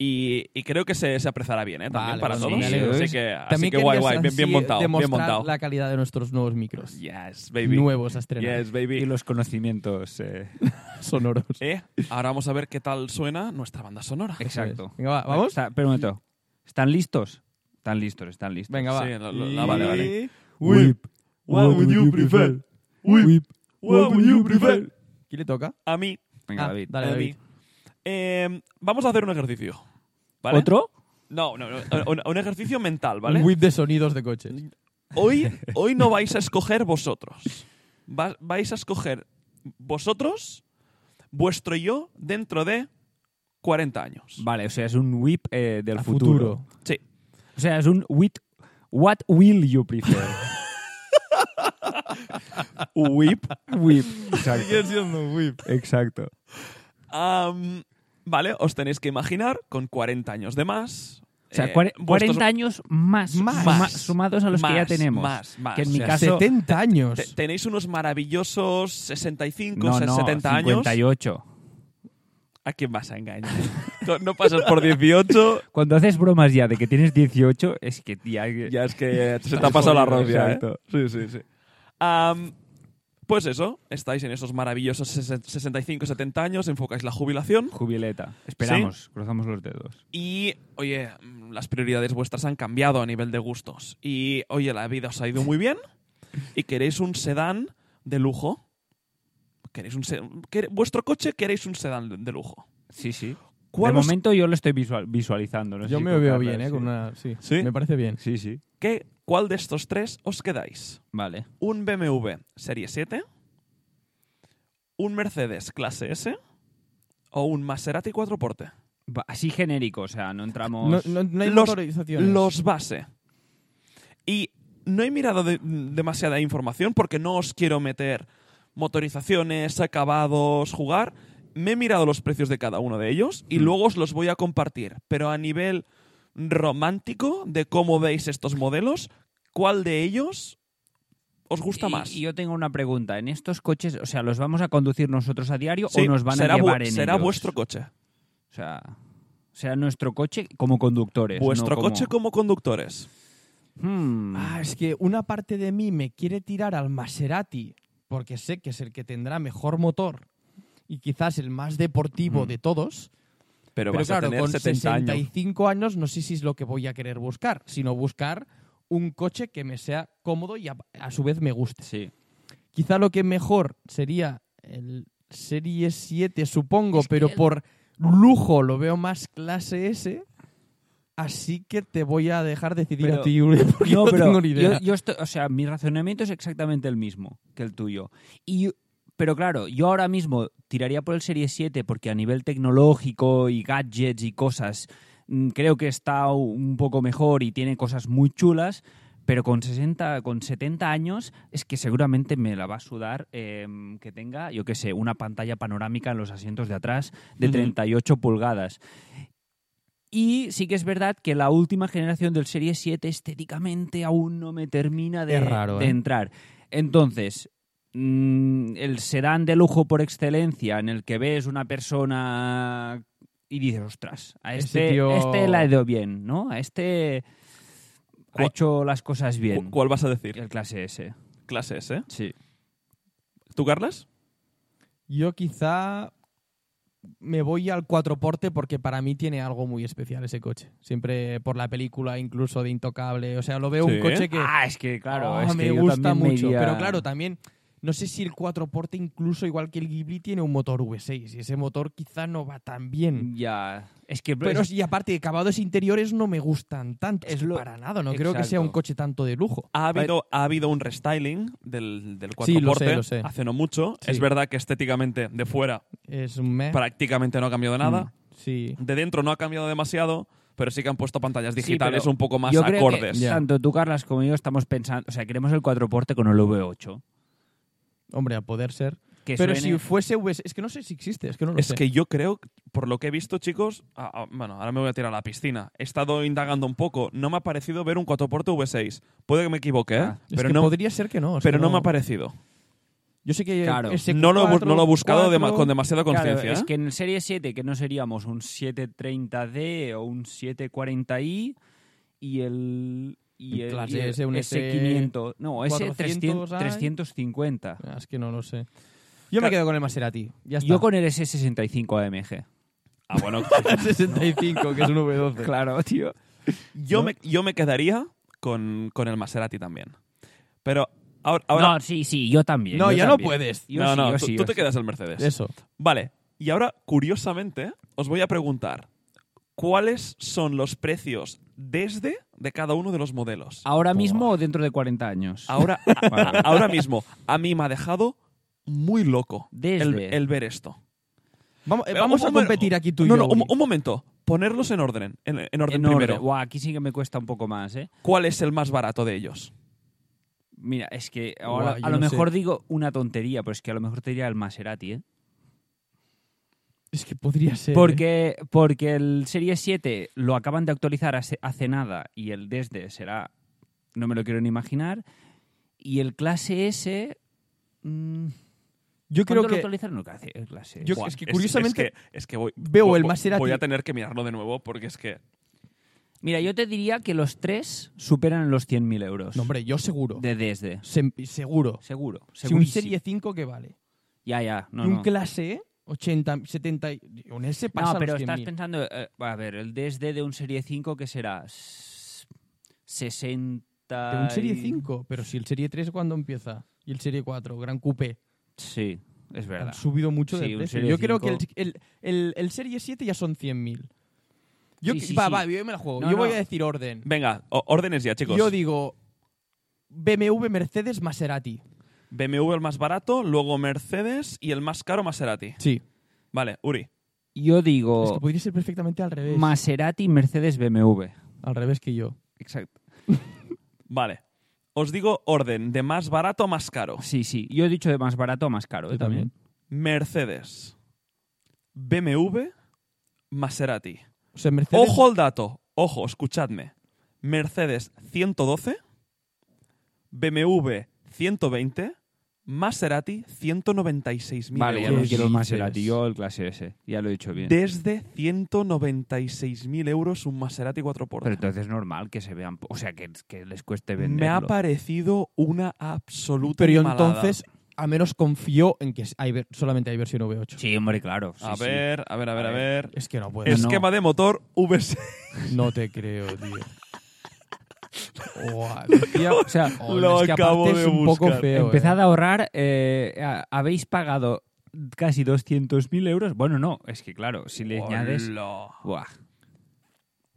A: y, y creo que se, se apreciará bien, ¿eh? También
B: Vale,
A: para
B: pues
A: todos.
B: me alegro.
A: así que, así
B: También
A: que guay,
B: querías
A: guay. Bien, bien
B: así eh,
A: montado, bien
B: demostrar
A: montado.
B: la calidad de nuestros nuevos micros.
A: Yes, baby.
B: Nuevos a estrenar,
A: Yes, baby.
C: Y los conocimientos. eh,
B: sonoros.
A: Eh, Ahora vamos a ver qué tal suena nuestra banda sonora.
C: exacto.
B: Venga, va, ¿vamos?
C: Está- espera un momento. ¿Están listos? Están listos, están listos.
B: Venga, va.
A: Sí, lo- lo-
B: Y-
A: la- vale, vale.
C: Whip.
A: What would you prefer? Whip. What would you prefer?
B: ¿Quién le toca?
A: A mí.
C: Venga,
B: Ah,
C: David.
A: A
B: Dale,
A: mí. Em,
B: David.
A: Eh, vamos a hacer un ejercicio. ¿vale?
C: ¿Otro?
A: No, no, no. Un, un ejercicio mental, ¿vale?
B: Un whip de sonidos de coches.
A: Hoy, hoy no vais a escoger vosotros. Va- vais a escoger vosotros, vuestro yo, dentro de 40 años.
C: Vale, o sea, es un whip eh, del
B: A
C: futuro.
B: futuro.
A: Sí.
C: O sea, es un whip. What will you prefer? whip. Whip. Exacto.
B: siendo un whip.
C: Exacto.
A: Am, vale, os tenéis que imaginar con 40 años de más.
C: O sea,
A: eh,
C: cuare- 40
A: vuestros-
C: años más,
B: Más.
C: suma- sumados a los que ya
A: más,
C: tenemos.
A: Más, más.
C: Que en
A: O
C: mi
A: sea,
C: caso-
B: 70 años.
A: te- tenéis unos maravillosos 65,
C: No,
A: 70
C: no,
A: años.
C: 58.
A: ¿A quién vas a engañar? No- no pasas por 18,
C: Cuando haces bromas ya de que tienes 18, es que ya...
A: Ya es que eh, se te ha pasado la
C: jodido,
A: rosca, ¿eh?
C: exacto.
A: Sí, sí, sí. Am, pues eso, estáis en esos maravillosos 65, 70 años, enfocáis la jubilación
C: Jubileta. Esperamos, cruzamos los dedos.
A: y, oye, mm, las prioridades vuestras han cambiado a nivel de gustos. Y, oye, la vida os ha ido muy bien y queréis un sedán de lujo. Queréis un se- quere- vuestro coche queréis un sedán de lujo.
C: Sí, sí. De
A: ¿Cuál os-
C: momento yo lo estoy visual- visualizando. no sé
B: Yo
C: si
B: me
C: con
B: veo
C: Carla,
B: bien, ¿eh?
C: sí.
B: Con una... sí.
A: ¿Sí?
B: Me parece bien.
C: Sí, sí.
A: qué- ¿Cuál de estos tres os quedáis?
C: Vale.
A: un BMW Serie 7, un Mercedes Clase S o un Maserati 4 Porte.
C: Va- Así genérico, o sea, no entramos...
B: No, no- no hay
A: Los-
B: motorizaciones.
A: Los base. Y no he mirado de- demasiada información porque no os quiero meter motorizaciones, acabados, jugar. Me he mirado los precios de cada uno de ellos y
C: Mm.
A: luego os los voy a compartir. Pero a nivel romántico de cómo veis estos modelos, ¿cuál de ellos os gusta
C: Y-
A: más?
C: Y yo tengo una pregunta. ¿En estos coches, o sea, los vamos a conducir nosotros a diario
A: Sí,
C: o nos van a
A: será vu-
C: llevar en
A: será
C: ellos?
A: vuestro coche.
C: O sea, será nuestro coche como conductores.
A: Vuestro
C: no como-
A: coche como conductores.
C: Hmm.
B: Ah, es que una parte de mí me quiere tirar al Maserati porque sé que es el que tendrá mejor motor y quizás el más deportivo
C: Mm.
B: de todos.
A: Pero,
B: Pero,
A: vas
B: claro,
A: a tener
B: con
A: 70 años.
B: 65 años no sé si es lo que voy a querer buscar, sino buscar un coche que me sea cómodo y a, a su vez me guste.
C: Sí.
B: Quizá lo que mejor sería el Serie 7, supongo,
C: Es que
B: pero
C: el-
B: por lujo lo veo más clase S. Así que te voy a dejar decidir
C: Pero-
B: a ti, Uri, porque no, tengo ni idea.
C: Yo, yo estoy- o sea, mi razonamiento es exactamente el mismo que el tuyo. Y, pero claro, yo ahora mismo tiraría por el Serie 7 porque a nivel tecnológico y gadgets y cosas mm, creo que está un poco mejor y tiene cosas muy chulas. Pero con 60, con 70 años es que seguramente me la va a sudar eh, que tenga, yo qué sé, una pantalla panorámica en los asientos de atrás de
A: Ujú.
C: 38 pulgadas. Y sí que es verdad que la última generación del Serie 7 estéticamente aún no me termina de,
B: Es raro,
C: de
B: ¿eh?
C: entrar. Entonces, mm, el sedán de lujo por excelencia en el que ves una persona y dices, ostras, a
B: Ese
C: este,
B: tío-
C: este la he ido bien, ¿no? A este ha
A: Cu-
C: hecho las cosas bien.
A: ¿Cu- ¿Cuál vas a decir?
C: El clase S,
A: Clase S.
C: sí.
A: ¿Tú, Carlas?
B: Yo quizá me voy al cuatro porte porque para mí tiene algo muy especial ese coche. Siempre por la película, incluso de Intocable. O sea, lo veo
A: Sí.
B: un coche que
C: Ah, es que claro,
B: ah,
C: es que
B: me
C: yo
B: gusta
C: también me
B: mucho.
C: iría-
B: Pero claro, también no sé si el cuatro porte, incluso igual que el Ghibli, tiene un motor V6 y ese motor quizá no va tan
A: Mm,
B: bien.
C: ya, es que
B: Pero
C: es-
B: y aparte, acabados interiores no me gustan tanto.
C: Es
B: Es
C: lo-
B: para nada, no creo que sea
C: Exacto.
B: un coche tanto de lujo.
A: Ha habido, ha habido un restyling del, del
B: Sí,
A: 4
B: lo sé, lo sé.
A: hace no mucho.
B: Sí. ¿Eh?
A: Es verdad que estéticamente de fuera
B: Es un meh.
A: prácticamente no ha
B: Mm.
A: cambiado nada.
B: Sí.
A: De dentro no ha cambiado demasiado, pero sí que han puesto pantallas
C: Sí,
A: digitales
C: pero
A: un poco más
C: yo creo
A: acordes.
C: que
B: Ya.
C: Tanto tú, Carlas, como yo estamos pensando, o sea, queremos el cuatroporte con el V8.
B: Hombre, a poder ser.
C: Que
B: Pero
C: suene-
B: si fuese V6, es que no sé si existe, es que no lo
A: Es
B: sé.
A: que yo creo, por lo que he visto, chicos, a- a- bueno, ahora me voy a tirar a la piscina. He estado indagando un poco. No me ha parecido ver un 4x V6. Puede que me equivoque, ¿eh?
C: Ah,
B: Es
A: pero
B: que
A: no,
B: podría ser que no. es
A: pero
B: que
A: no me ha parecido.
B: Yo sé que
C: Claro.
B: ese
A: no, lo he, bu-
B: cuatro,
A: no lo he buscado dema-
B: cuatro-
A: con demasiada
C: Claro,
A: conciencia.
C: es
A: ¿eh?
C: que en el Serie 7, que no seríamos un 730D o un 740i y el. Y el,
B: Clase
C: y el
B: S, un S,
C: 500 No, ese
B: 400 hay.
C: 350.
B: Ah, Es que no lo sé. Yo me
A: Claro.
B: quedo con el Maserati. Ya está.
C: Yo con el S65 AMG.
A: Ah, bueno,
B: el 65, que es un V12.
C: Claro, tío.
A: yo, me, yo me quedaría con, con el Maserati también. Pero ahora. ahora-
C: no, sí, sí, yo también.
B: No,
C: yo
B: ya no
C: también.
B: puedes.
C: Yo
A: no,
C: sí,
A: no,
C: yo
A: tú,
C: sí,
A: tú
C: yo
A: te
C: sí.
A: quedas el Mercedes.
B: Eso.
A: Vale, y ahora, curiosamente, os voy a preguntar: cuáles son los precios desde de cada uno de los modelos.
C: ¿Ahora mismo o dentro de 40 años?
A: Ahora, a- a- ahora mismo, a mí me ha dejado muy loco
C: Desde.
A: el, el ver esto.
B: Vamos, eh,
A: Pero
B: vamos
A: un
B: a
A: momen-
B: competir aquí tú y
A: no,
B: yo.
A: no, un,
B: Uri.
A: un momento. Ponerlos en orden. En, en orden
C: En
A: primero.
C: orden. Buah, aquí sí que me cuesta un poco más, ¿eh?
A: ¿Cuál es el más barato de ellos?
C: Mira, es que
B: Buah,
C: ahora-
B: yo
C: a lo
B: no sé.
C: mejor digo una tontería, pero es que a lo mejor te diría el Maserati, ¿eh?
B: Es que podría ser. ¿eh?
C: Porque, porque el Serie 7 lo acaban de actualizar hace, hace nada y el desde será, no me lo quiero ni imaginar. Y el clase S... mm,
B: yo creo
C: ¿cuándo lo
B: que
C: actualizaron? No, clase- el clase
B: Yo-
C: S.
B: es que curiosamente
A: es que, es que voy,
B: veo
A: voy-
B: el
A: voy-
B: Maserati.
A: Voy a tener que mirarlo de nuevo porque es que.
C: Mira, yo te diría que los tres superan los 100.000 euros
B: No, hombre, yo seguro.
C: de desde.
B: Sem- seguro.
C: Seguro.
B: Si un
C: segurísimo.
B: Serie 5 que vale.
C: Ya, ya. No,
B: y un
C: no.
B: clase E, 80, 70. y- Un S pasa
C: no, pero
B: los 100.000.
C: estás pensando, eh, a ver, el DSD de un Serie 5 que será S- 60...
B: De un Serie
C: y-
B: 5, pero si el Serie 3 cuando empieza y el Serie 4, Gran Coupé,
C: Sí, es
B: han
C: verdad.
B: subido mucho
C: Sí,
B: de
C: un
B: precio.
C: Serie
B: Yo creo que
C: 5.
B: el, el, el- el Serie 7 ya son 100.000. Yo,
C: Sí,
B: que-
C: sí,
B: va,
C: sí.
B: va, yo me la juego.
C: No,
B: yo
C: no.
B: voy a decir orden.
A: Venga, o- órdenes ya, chicos.
B: Yo digo BMW, Mercedes, Maserati.
A: BMW el más barato, luego Mercedes y el más caro Maserati.
B: Sí.
A: Vale, Uri.
C: Yo
B: Es que
C: digo
B: podría ser perfectamente al revés.
C: Maserati, Mercedes, BMW.
B: Al revés que yo.
C: Exacto.
A: Vale. Os digo orden, de más barato a más caro.
C: Sí, sí. Yo he dicho de más barato a más caro, ¿eh?
B: Yo
C: También.
B: también.
A: Mercedes, BMW, Maserati.
B: O sea, Mercedes.
A: Ojo al dato, ojo, escuchadme. Mercedes 112, BMW 120, Maserati 196.000
C: Vale, ya
A: euros.
C: no
B: ¿qué
C: quiero el
B: dices?
C: Maserati, yo el clase S. Ya lo he dicho bien.
A: Desde 196.000 euros un Maserati 4x.
C: Pero entonces es normal que se vean... po- O sea, que, que les cueste venderlo.
A: Me ha parecido una absoluta
B: Pero yo
A: malada.
B: entonces, a menos confío en que hay ver- solamente hay versión V8.
C: Sí, hombre, claro. sí,
A: A
C: sí.
A: ver, a ver, a ver, a
C: A
A: ver.
B: Es que no puedo.
C: Es-
A: Esquema de motor V6.
B: No te creo, tío. Buah, decía-
C: O sea,
B: oh,
A: Lo
B: es que
A: acabo
B: aparte
A: de
B: es un poco
A: buscar.
B: feo.
C: Empezad
B: eh.
C: a ahorrar. eh, a- habéis pagado casi 200.000 euros. Bueno, no, es que claro, si le añades.
A: Hola.
C: Buah.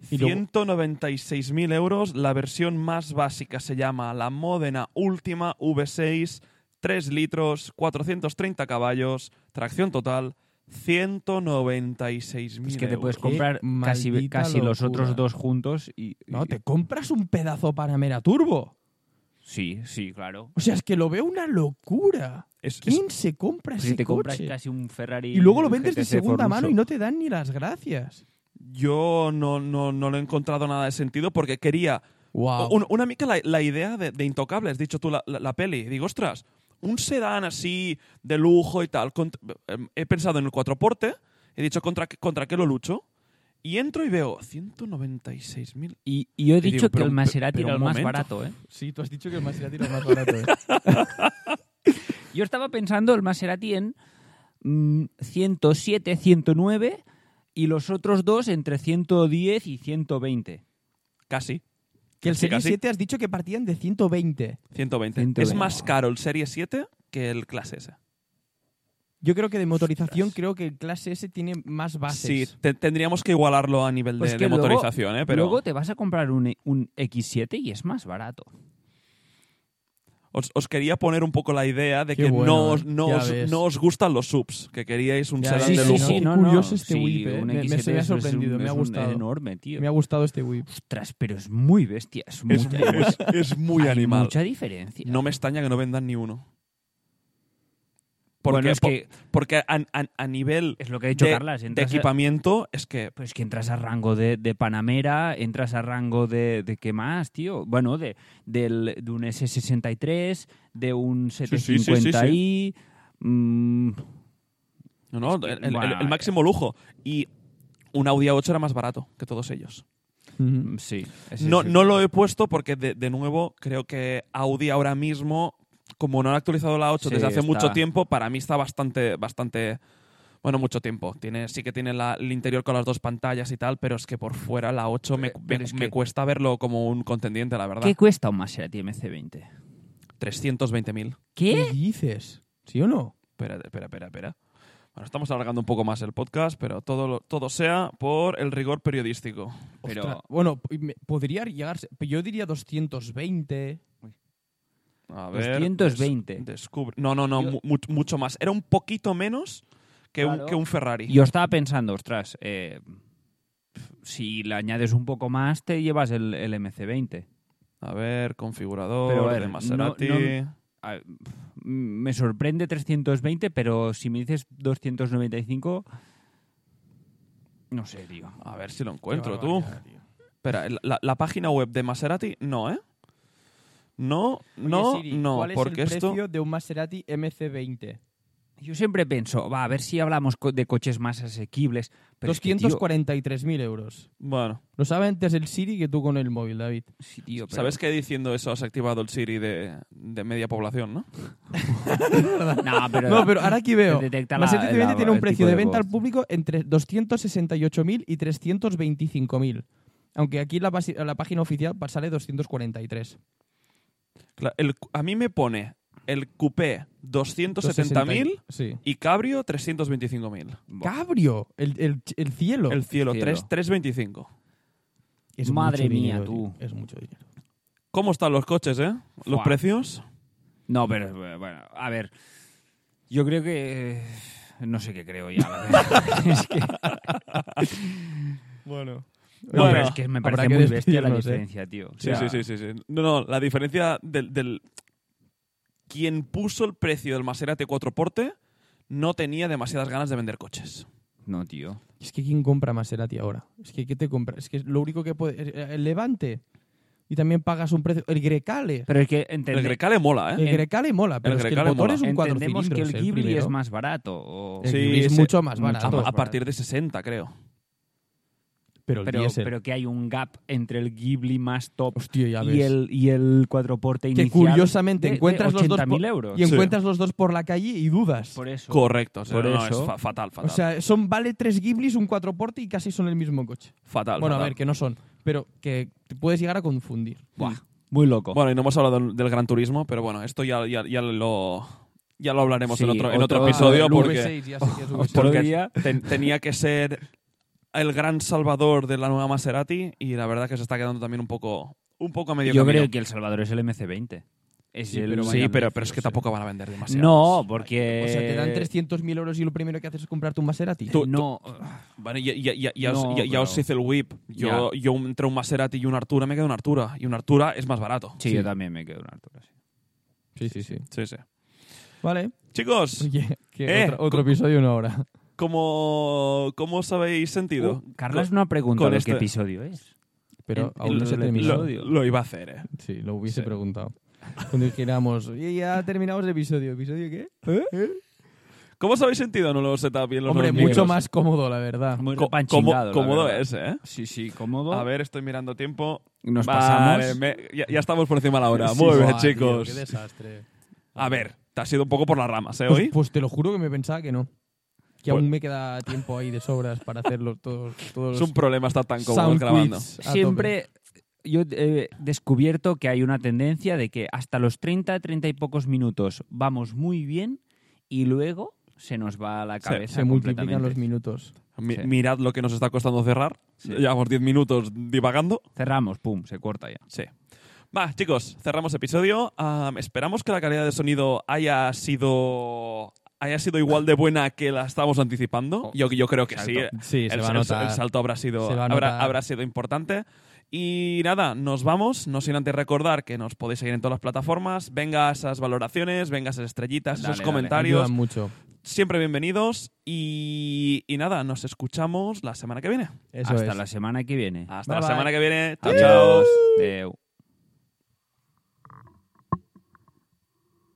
B: Y luego-
A: 196.000 euros. La versión más básica se llama la Modena Última V6, 3 litros, 430 caballos, tracción total, 196.000
C: Es que te
A: euros.
C: puedes comprar casi,
B: maldita
C: casi los
B: locura.
C: otros dos juntos y.
B: No,
C: y-
B: te compras un pedazo Panamera Turbo.
C: Sí, sí, claro.
B: O sea, es que lo veo una locura.
A: Es- es-
B: ¿Quién se compra ese
C: Si te compras
B: coche?
C: casi un Ferrari.
B: Y luego lo
C: un
B: vendes de
C: GTC
B: segunda
C: Formoso.
B: mano y no te dan ni las gracias.
A: Yo no, no, no le he encontrado nada de sentido porque quería...
B: Wow.
A: un- una mica la, la idea de, de Intocables, dicho tú la, la- la peli. Digo, ostras, un sedán así de lujo y tal. cont- em, he pensado en el cuatroporte, he dicho, ¿contra, qué- ¿contra qué lo lucho? Y entro y veo 196.000
C: Y, y yo he
A: Y digo,
C: dicho que
A: pero-
C: el Maserati
A: pero
C: era el
A: un
C: más
A: momento.
C: barato, ¿eh?
B: Sí, tú has dicho que el Maserati era más barato. ¿eh?
C: Yo estaba pensando el Maserati en mm, 107, 109 y los otros dos entre 110 y 120.
A: Casi.
B: que el
A: Sí,
B: Serie
A: casi.
B: 7 has dicho que partían de 120.
A: 120.
C: 120.
A: Es más caro el Serie 7 que el Clase S.
B: Yo creo que de motorización,
A: Ostras.
B: creo que el clase S tiene más bases.
A: Sí, te- tendríamos que igualarlo a nivel de,
C: Pues
A: de
C: que luego-
A: motorización, ¿eh? Pero
C: Luego te vas a comprar un, E, un X7 y es más barato.
A: os, os quería poner un poco la idea de
B: Qué
A: que no,
B: bueno,
A: os,
B: ¿eh?
A: no,
B: Ya
A: os,
B: ves.
A: no os gustan los subs, que queríais un
B: Ya
A: sedán
B: ves.
A: de
B: Sí, sí,
A: lujo.
B: sí, no, no. curioso este whip, eh.
C: un
B: Me- me-
C: XS
B: se me ha
C: es un-
B: sorprendido, me
C: es
B: ha
C: un
B: gustado.
C: enorme, tío.
B: Me ha gustado este whip.
C: Ostras, pero es muy bestia. Es muy,
A: Es, es- es muy
C: hay
A: animal.
C: mucha diferencia.
A: No me extraña que no vendan ni uno. Porque,
C: Bueno, es
A: po-
C: que-
A: porque a, a- a nivel
C: es lo que ha dicho
A: de,
C: Carlas.
A: de
C: entras a-
A: equipamiento es que
C: Pues que entras a rango de, de Panamera, entras a rango de, de qué más, tío. Bueno, de, del- de un S63, de un 750i.
A: sí, sí, sí,
C: mm,
A: no, no,
C: que- eh.
A: el, el-
C: bueno,
A: el máximo lujo. Y un Audi A8 era más barato que todos ellos.
C: mm, sí. ese
A: No,
C: es-
A: no lo he puesto porque, de, de nuevo, creo que Audi ahora mismo, como no han actualizado la 8
C: Sí,
A: desde hace
C: está-
A: mucho tiempo, para mí está bastante, bastante, bueno, mucho tiempo. Tiene, sí que tiene la- el interior con las dos pantallas y tal, pero es que por fuera la 8 me,
C: Pero
A: me-
C: es
A: me
C: que-
A: cuesta verlo como un contendiente, la verdad.
C: ¿Qué cuesta un Maserati MC20?
A: 320.000.
C: ¿Qué?
B: dices? ¿Sí o no?
A: Espera, espera, espera, espera. Bueno, estamos alargando un poco más el podcast, pero todo, lo- todo sea por el rigor periodístico.
C: Pero
B: Ostras, bueno, p- me- podría llegarse. pero Yo diría 220.
A: A ver,
C: 220.
A: des- descubre. No, no, no,
C: Yo-
A: mu- much- mucho más. Era un poquito menos que,
C: Claro.
A: un, que un Ferrari.
C: Yo estaba pensando, ostras, eh, si le añades un poco más, te llevas el, el MC20.
A: A ver, configurador,
C: Pero, a ver,
A: de Maserati.
C: no- no- A- pf, Ah, mm, me sorprende 320, pero si me dices 295, no sé, tío.
A: A ver si lo encuentro,
B: Qué
A: tú.
B: barbaridad, tío.
A: Espera, el- la, la página web de Maserati, no, ¿eh? No, no,
B: Oye, Siri,
A: no,
B: ¿cuál
A: porque
B: es el
A: esto...
B: precio de un Maserati MC20?
C: Yo siempre pienso, va, a ver si hablamos co- de coches más asequibles. Pero es que, tío,
B: 243.000 euros.
A: Bueno,
B: Lo sabe antes el Siri que tú con el móvil, David.
C: sí, tío, pero-
A: ¿sabes que diciendo eso has activado el Siri de, de media población, no?
C: No, pero,
B: No, pero ahora aquí veo.
C: Detecta la-
B: Maserati
C: la-
B: MC20 tiene un
C: el
B: precio
C: tipo
B: de
C: de
B: venta
C: voz.
B: al público entre 268.000 y 325.000. Aunque aquí la, basi- la página oficial sale 243.
A: Cla- el cu- a mí me pone el coupé 270.000
B: Sí.
A: y cabrio 325.000.
C: Buah,
B: ¡Cabrio! El, el- el cielo.
A: El cielo,
C: Cielo.
A: 3, 325.
B: Es
C: Madre
B: mucho
C: mía,
B: dinero,
C: tú.
B: tío. Es mucho dinero.
A: ¿Cómo están los coches, eh? ¿Los
C: Fua.
A: precios?
C: No, pero eh, bueno, a ver. Yo creo que. eh, No sé qué creo ya. la verdad. es que,
B: Bueno.
C: no,
A: Bueno,
C: pero es que me
B: habrá
C: parece
B: que
C: muy bestia la
B: despedirnos, eh.
C: diferencia, tío. O
A: Sí,
C: sea,
A: sí, sí, sí, sí. No, no, la diferencia del, del- Quien puso el precio del Maserati 4 Porte no tenía demasiadas ganas de vender coches.
C: No, tío.
B: Es que ¿quién compra Maserati ahora? Es que ¿qué te compra? Es que lo único que puede... eh, El Levante. Y también pagas un precio... El Grecale.
C: Pero es que
A: El
C: entende-
A: Grecale mola,
B: El
A: ¿eh?
B: Grecale mola, pero
A: el
B: es que el
A: Grecale
B: motor
A: mola.
B: es un cuadro
C: entendemos que el Ghibli es más barato. o-
B: El
A: Sí,
B: Ghibli es
A: ese-
B: mucho más
C: mucho
A: A,
B: barato.
C: más.
A: a partir de 60, creo.
B: Pero el
C: Pero,
B: diésel.
C: pero que hay un gap entre el Ghibli más top
B: Hostia, ya ves.
C: y el, y el cuatroporte
B: que
C: inicial.
B: curiosamente
C: de- de
B: encuentras los dos
C: 80.000
B: por-
C: euros.
B: y encuentras los dos por la calle y dudas.
C: Por eso.
A: Correcto. o sea,
C: Por
A: no,
C: eso-
A: es fa- fatal, fatal.
B: O sea, son vale tres Ghiblis, un cuatro porte y casi son el mismo coche.
A: fatal,
B: bueno, a
A: fatal.
B: ver, que no son, pero que te puedes llegar a confundir.
C: Buah, muy loco.
A: Bueno, y no hemos hablado del, del Gran Turismo, pero bueno, esto ya, ya, ya lo... Ya lo hablaremos
C: Sí,
A: en otro, en otro
C: otro-
A: episodio
B: Ah, el
A: porque...
B: V6, ya sé que es V6.
C: Otro
A: porque
C: día.
A: ten- tenía que ser el gran salvador de la nueva Maserati y la verdad que se está quedando también un poco un poco a medio
C: Yo
A: camino.
C: creo que El Salvador es el MC20. Es
B: Sí,
C: el-
B: pero
A: sí,
B: vaya
A: pero,
B: precios,
A: pero es que
B: sí.
A: tampoco van a vender demasiado.
C: No, porque...
B: O sea, te dan 300.000 euros y lo primero que haces es comprarte un Maserati.
A: Tú-
C: Eh, no, ah,
A: Bueno, ya, ya- ya- ya
C: No,
A: os, ya- ya
C: bro.
A: os hice el whip. Yo, yo entre un Maserati y un Artura me quedo un Artura. Y un Artura es más barato.
C: sí,
B: sí.
C: yo también me quedo en Artura. sí.
B: Sí, sí, sí.
A: Sí, sí.
B: Vale.
A: Chicos,
B: Oye, que
A: Eh,
B: otro, otro episodio una hora.
A: ¿cómo, cómo os habéis sentido?
C: Uh, Carlas no ha preguntado
A: con
C: qué
A: este-
C: episodio es.
B: Pero
A: El-
B: aún no
A: el-
B: se
A: lo-
B: terminó.
A: Lo, lo iba a hacer, eh.
B: Sí, lo hubiese
A: Sí.
B: preguntado. Cuando dijéramos, "Oye, ya terminamos el episodio. ¿Episodio qué?
A: ¿Cómo os habéis sentido en los setup y en los
B: Hombre,
A: hormigueros?
B: mucho más cómodo, la verdad.
C: Muy
A: Co-
C: repanchingado,
A: cómo-
C: la
A: Cómodo
C: verdad.
A: es, eh.
C: Sí, sí, cómodo.
A: A ver, estoy mirando tiempo.
C: Nos
A: Vale,
C: pasamos.
A: me- ya, ya estamos por encima de la hora.
C: Sí,
A: Muy
B: Buah,
A: bien,
B: tío,
A: chicos.
B: qué desastre.
A: a ver, te has ido un poco por las ramas, ¿eh?
B: Pues,
A: Hoy.
B: pues te lo juro que me pensaba que no. Que
A: Pues-
B: aún me queda tiempo ahí de sobras para hacerlo todos,
C: pues,
B: todos
A: Es un problema estar tan
B: los
A: cómodo
B: sound
A: grabando.
B: quits a tope.
C: Siempre yo he descubierto que hay una tendencia de que hasta los 30, 30 y pocos minutos vamos muy bien y luego se nos va a la
A: Se-
C: cabeza
B: se multiplican
C: completamente.
B: los minutos.
A: Mi-
C: Sí.
A: Mirad lo que nos está costando cerrar.
C: Sí.
A: Llevamos 10 minutos divagando.
C: Cerramos, pum, se corta ya.
A: Sí. Va, chicos, cerramos episodio. Am, esperamos que la calidad de sonido haya sido haya sido igual de buena que la estábamos anticipando. Yo, yo creo que sí.
C: Oh. Exacto.
A: eh.
B: Sí, se
A: el,
B: va a
A: el-
B: notar.
A: el salto habrá sido,
B: Se va a
A: habrá,
B: notar.
A: habrá sido importante. Y nada, nos vamos, no sin antes recordar que nos podéis seguir en todas las plataformas. Venga esas valoraciones, venga esas estrellitas,
C: Dale,
A: esos
C: dale.
A: comentarios.
B: Ayudan mucho.
A: Siempre bienvenidos. Y, y nada, nos escuchamos la semana que viene.
B: Eso
C: hasta
B: es.
C: la semana que viene.
A: Hasta
B: Bye,
A: la
B: bye.
A: semana que viene. Chao,
C: Adiós.
A: chao.
C: Adeu.